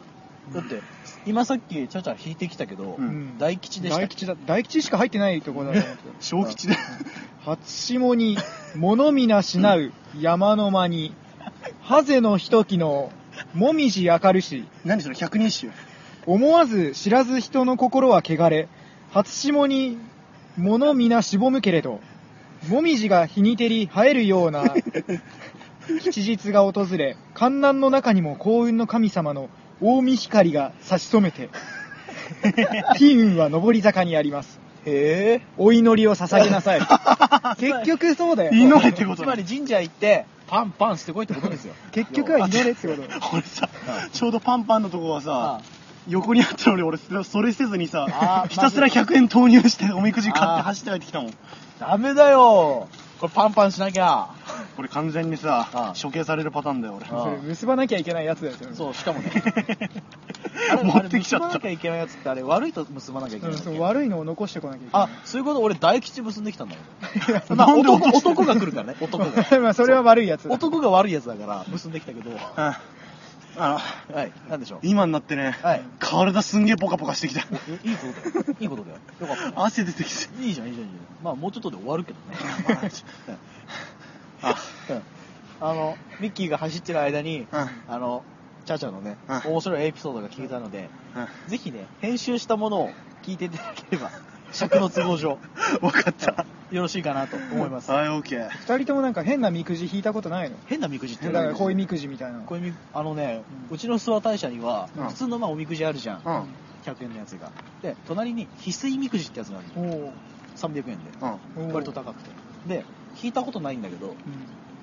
A: だって、今さっき、ちゃちゃ引いてきたけど、
B: うん
A: 大吉でしたっ
C: 大
A: け
C: 吉だ大吉しか入ってないところだと思って
B: え小吉で。
C: 初霜に物見なしなう山の間にハゼのひときのもみじ明るし
B: 何それ、百人衆。
C: 思わず知らず人の心は汚れ初霜に物見なしぼむけれどもみじが日に照り生える ような吉日が訪れ観覧の中にも幸運の神様の大見光が差し染 めて金運は上り坂にあります
A: へえ。
C: お祈りを捧げ なさい結局そうだよ
B: 祈れってこと
A: つ
B: だ
A: まり神社行って、パンパンしてこいってことです よ。
C: 結局は祈れってことだよ
B: 俺さ
A: は、い
B: ちょうどパンパンのとこは
A: あ
B: さ、横にあったのに俺、それせずに
A: あ
B: さ
A: ー、
B: ひたすら100円投入しておみくじ買っ
A: あ
B: て
A: ー
B: 走って帰ってきたもん。
A: ダメだよ。これパンパンしなきゃ。
B: これ完全にさ
A: ああ
B: 処刑されるパターンだよ 俺
A: あ
C: それ結ばなきゃいけないやつですよね
A: そう、しかも ね。あれ
B: 持ってきち
A: あれ結
B: ゃ
A: ば
B: っ
A: な
B: た
A: きゃいけないやつってあれ、悪いと結ばなきゃいけない
C: うん
A: んだっけ。
C: そう悪いのを残してこなきゃいけない
A: あ、そういうこと俺、大吉結んできたん だけど。ま
B: な
A: あ、
B: んで
A: 男
B: 落として
A: 男が来るからね、男が。
C: まあそれは悪いやつだ
A: 男が悪いやつだから、結んできたけど。は
B: ああ
A: い、なんでしょう。
B: 今になってね、
A: はい
B: 体すんげえポカポカしてきた
A: いいいことだよ。いいことだよ。よかったね。
B: 汗出てきて
A: いいじゃん、いいじゃん、いいじゃん。まあ、もうちょっとで終わるけどね。
B: あ
A: うんあの、ミッキーが走ってる間に、
B: う
A: あの、チャチャのね、
B: うん
A: 面白いエピソードが聞けたので、
B: うん
A: ぜひね、編集したものを聞いていただければ、尺の都合上、
B: 分かった
A: よろしいかなと思います。
B: はい OK
C: 二人ともなんか変なみくじ引いたことないの
A: 変なみくじって
C: だ
A: 言
C: か
A: わ
C: ら
A: れ
C: こういう
A: る
C: みくじみたいな
A: こういうみあのね、うちの諏訪大社には、
B: うん
A: 普通のまあおみくじあるじゃん、
B: うん
A: 100円のやつが。で、隣に翡翠みくじってやつがある
C: お
A: の、
C: お
A: 300円
B: うん
C: お
A: で、
C: う
A: 割と高くて。で、引いたことないんだけど、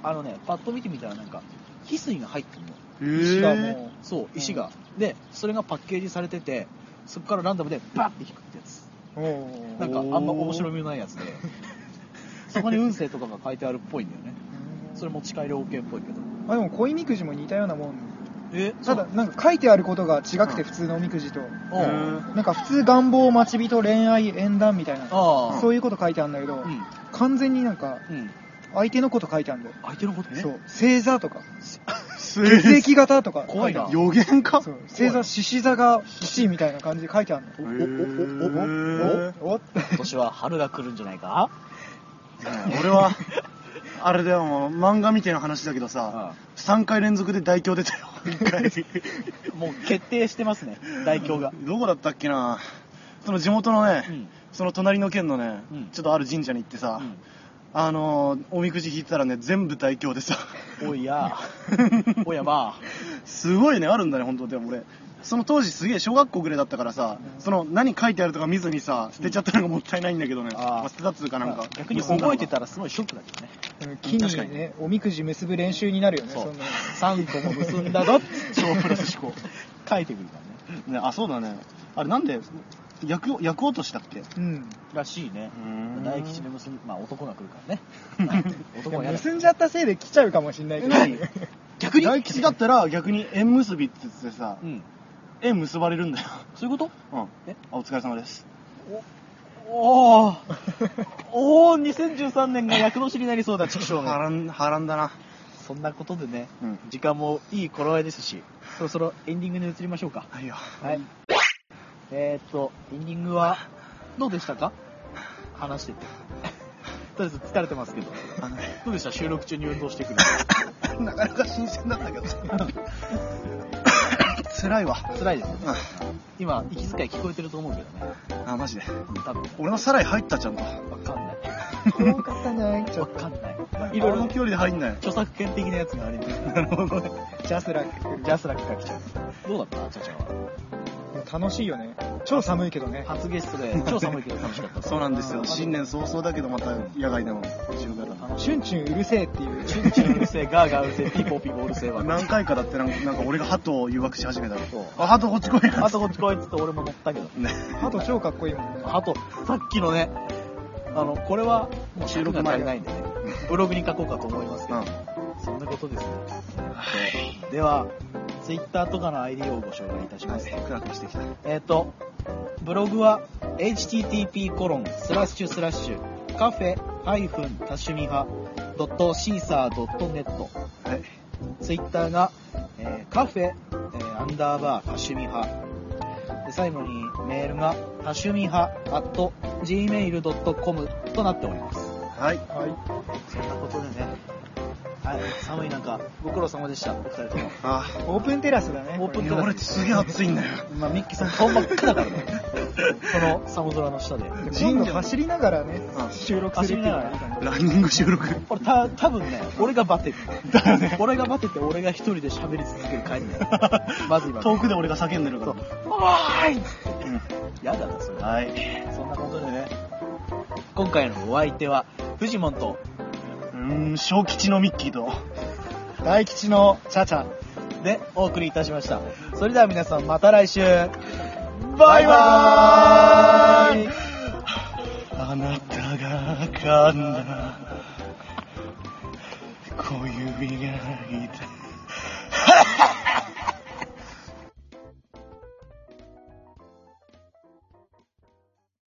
A: あのね、パッと見てみたらなんか、翡翠が入ってるの。
B: え
C: 石が
B: ー、
C: も
A: そう、石が。で、それがパッケージされてて、そこからランダムでバッて引くってやつ。
C: うおう
A: なんかあんま面白みのないやつで、そこに運勢とかが書いてあるっぽいんだよね。それ持ち帰り OK っぽいけど。
C: あでも恋みくじも似たようなもん
A: え
C: ただなんか書いてあることが違くて普通のおみくじと
A: お
B: うん
A: う
C: なんか普通願望待ち人恋愛縁談みたいな
A: ああ。
C: そういうこと書いてあるんだけど、
A: うん。
C: 完全になんか
A: うん。
C: 相手のこと書いてあるんだよ
A: 相手のことね。
C: そう星座とか
B: す
C: 血液型とか
A: 怖いな
B: 予言か
C: そう星座獅子座が吉みたいな感じで書いてある
A: おおおおおお
C: のおお
A: 今年は春が来るんじゃないか
B: ね 俺はあれだよもう漫画みたいな話だけどさ、3回連続で大凶出たよ1回
A: もう決定してますね、大凶が。
B: どこだったっけなその地元のね、
A: うん
B: その隣の県のね、
A: うん
B: ちょっとある神社に行ってさ、
A: う
B: あのーおみくじ引いてたらね全部大凶でさ
A: んおいや、おやまあ。
B: すごいねあるんだね本当でも俺その当時すげえ小学校ぐらいだったからさ、その何書いてあるとか見ずにさ捨てちゃったのがもったいないんだけどね、
A: あー
B: まあ捨てたっつうかなんか
A: 逆に覚えてたらすごいショックだけどね。
C: 木
B: 確か
C: に
B: に
C: ねおみくじ結ぶ練習になるよね
A: そ。
C: そうんな
A: 3個も結んだぞ、超プラス思考。書いてくるからね。
B: ねあそうだねあれなんで焼く焼こうとしたっけ
C: うん
A: らしいね
B: うーん
A: 大吉で結んまあ男が来る からね
C: い
A: 男
C: や
A: はやだ
C: 結んじゃったせいで来ちゃうかもしんないけど
A: 逆に
B: 大吉だったら逆に縁結びって言ってさ、
A: うん
B: 縁結ばれるんだよ、
A: そういうこと
B: うん、あ
A: え
B: お疲れ様です
A: おおおお2013年が厄年になりそうだ畜生
B: 波
A: が
B: 乱波乱だ な
A: そんなことでね、
B: うん
A: 時間もいい頃合いですしそろそろエンディングに移りましょうか
B: はいよ
A: はいえー、っとエンディングはどうでしたか話してて とりあえず疲れてますけど
B: あのね
A: どうでした収録中に運動してくる
B: なかなか新鮮だった けど辛いわ
A: 辛いですよね今息遣い聞こえてると思うけどね
B: あマジで
A: 多分
B: 俺のサライ入ったちゃんと
A: わかんない。
C: 怖かったなちょ
A: わ
C: っと
A: かんない。い
B: い
A: ろ
B: ろ
A: い
B: い
A: ろ
B: の距離で入んない
A: 著作権的なやつがあります。
B: なるほどね
C: ジャスラック
A: ジャスラックが来ちゃう。どうだったチャチャは。
C: 楽しいよね超寒いけどね
A: 初ゲストで超寒いけど楽しかった。
B: そうなんですよ新年早々だけどまた野外でも中華だ
A: 楽し
C: チ
A: い。
C: ュンチュンうるせえっていう
A: チュンチュンうるせえ、ガーガーうるせえ、ピーポーピーポーうるせえわ。
B: 何回かだってなんかなんか俺が鳩を誘惑し始めたの
A: そう
B: あ鳩こっち来い
A: あとこっち来いっつって俺も乗ったけど。
B: ね
C: あと超かっこいいもんね
A: あと、さっきのね、あの、これはもう収録が足りないんでね、ブログに書こうかと思いますけど、そんなことですね。えっとでは、ツイッターとかの ID をご紹介いたします。
B: クラクラしてきた
A: えっ、と、ブログは http コロンスラッシュスラッシュカフェハイフンタシュミハドットシーサードットネット
B: はい
A: ツイッターが、えーカフェ、えーアンダーバータシュミハで最後にメールがタシュミハ at gmail.com となっております
B: はい
C: はい
A: そんなことでねはい寒い中ご苦労様でしたお二人とも
B: あ
C: オープンテラスだね
A: オープン
B: い
A: テ
B: や
A: ラ
B: 俺すげえ暑いんだよ
A: まあミッキーさん顔真っ赤だ からねこの寒空の下で
C: 今度走りながらね
B: うん
C: 収録するっていうのがいいかな
B: ランニング収 録
A: 俺た多分ね俺がバテるだよね俺がバテて俺が一人で喋り続ける回 になるまず今
B: 遠くで俺が叫んでる
A: そ
B: か
A: う「おーい!」やだなそれ
B: らはい
A: そんなことでね今回のお相手はフジモンと
B: うーん小吉のミッキーと
C: 大吉のチャチャ
A: でお送りいたしましたそれでは皆さんまた来週バ
B: バ
A: イ
B: イ
A: バ
B: バ
A: ー
B: ー
A: イ
B: イあなたが噛んだ小指が痛い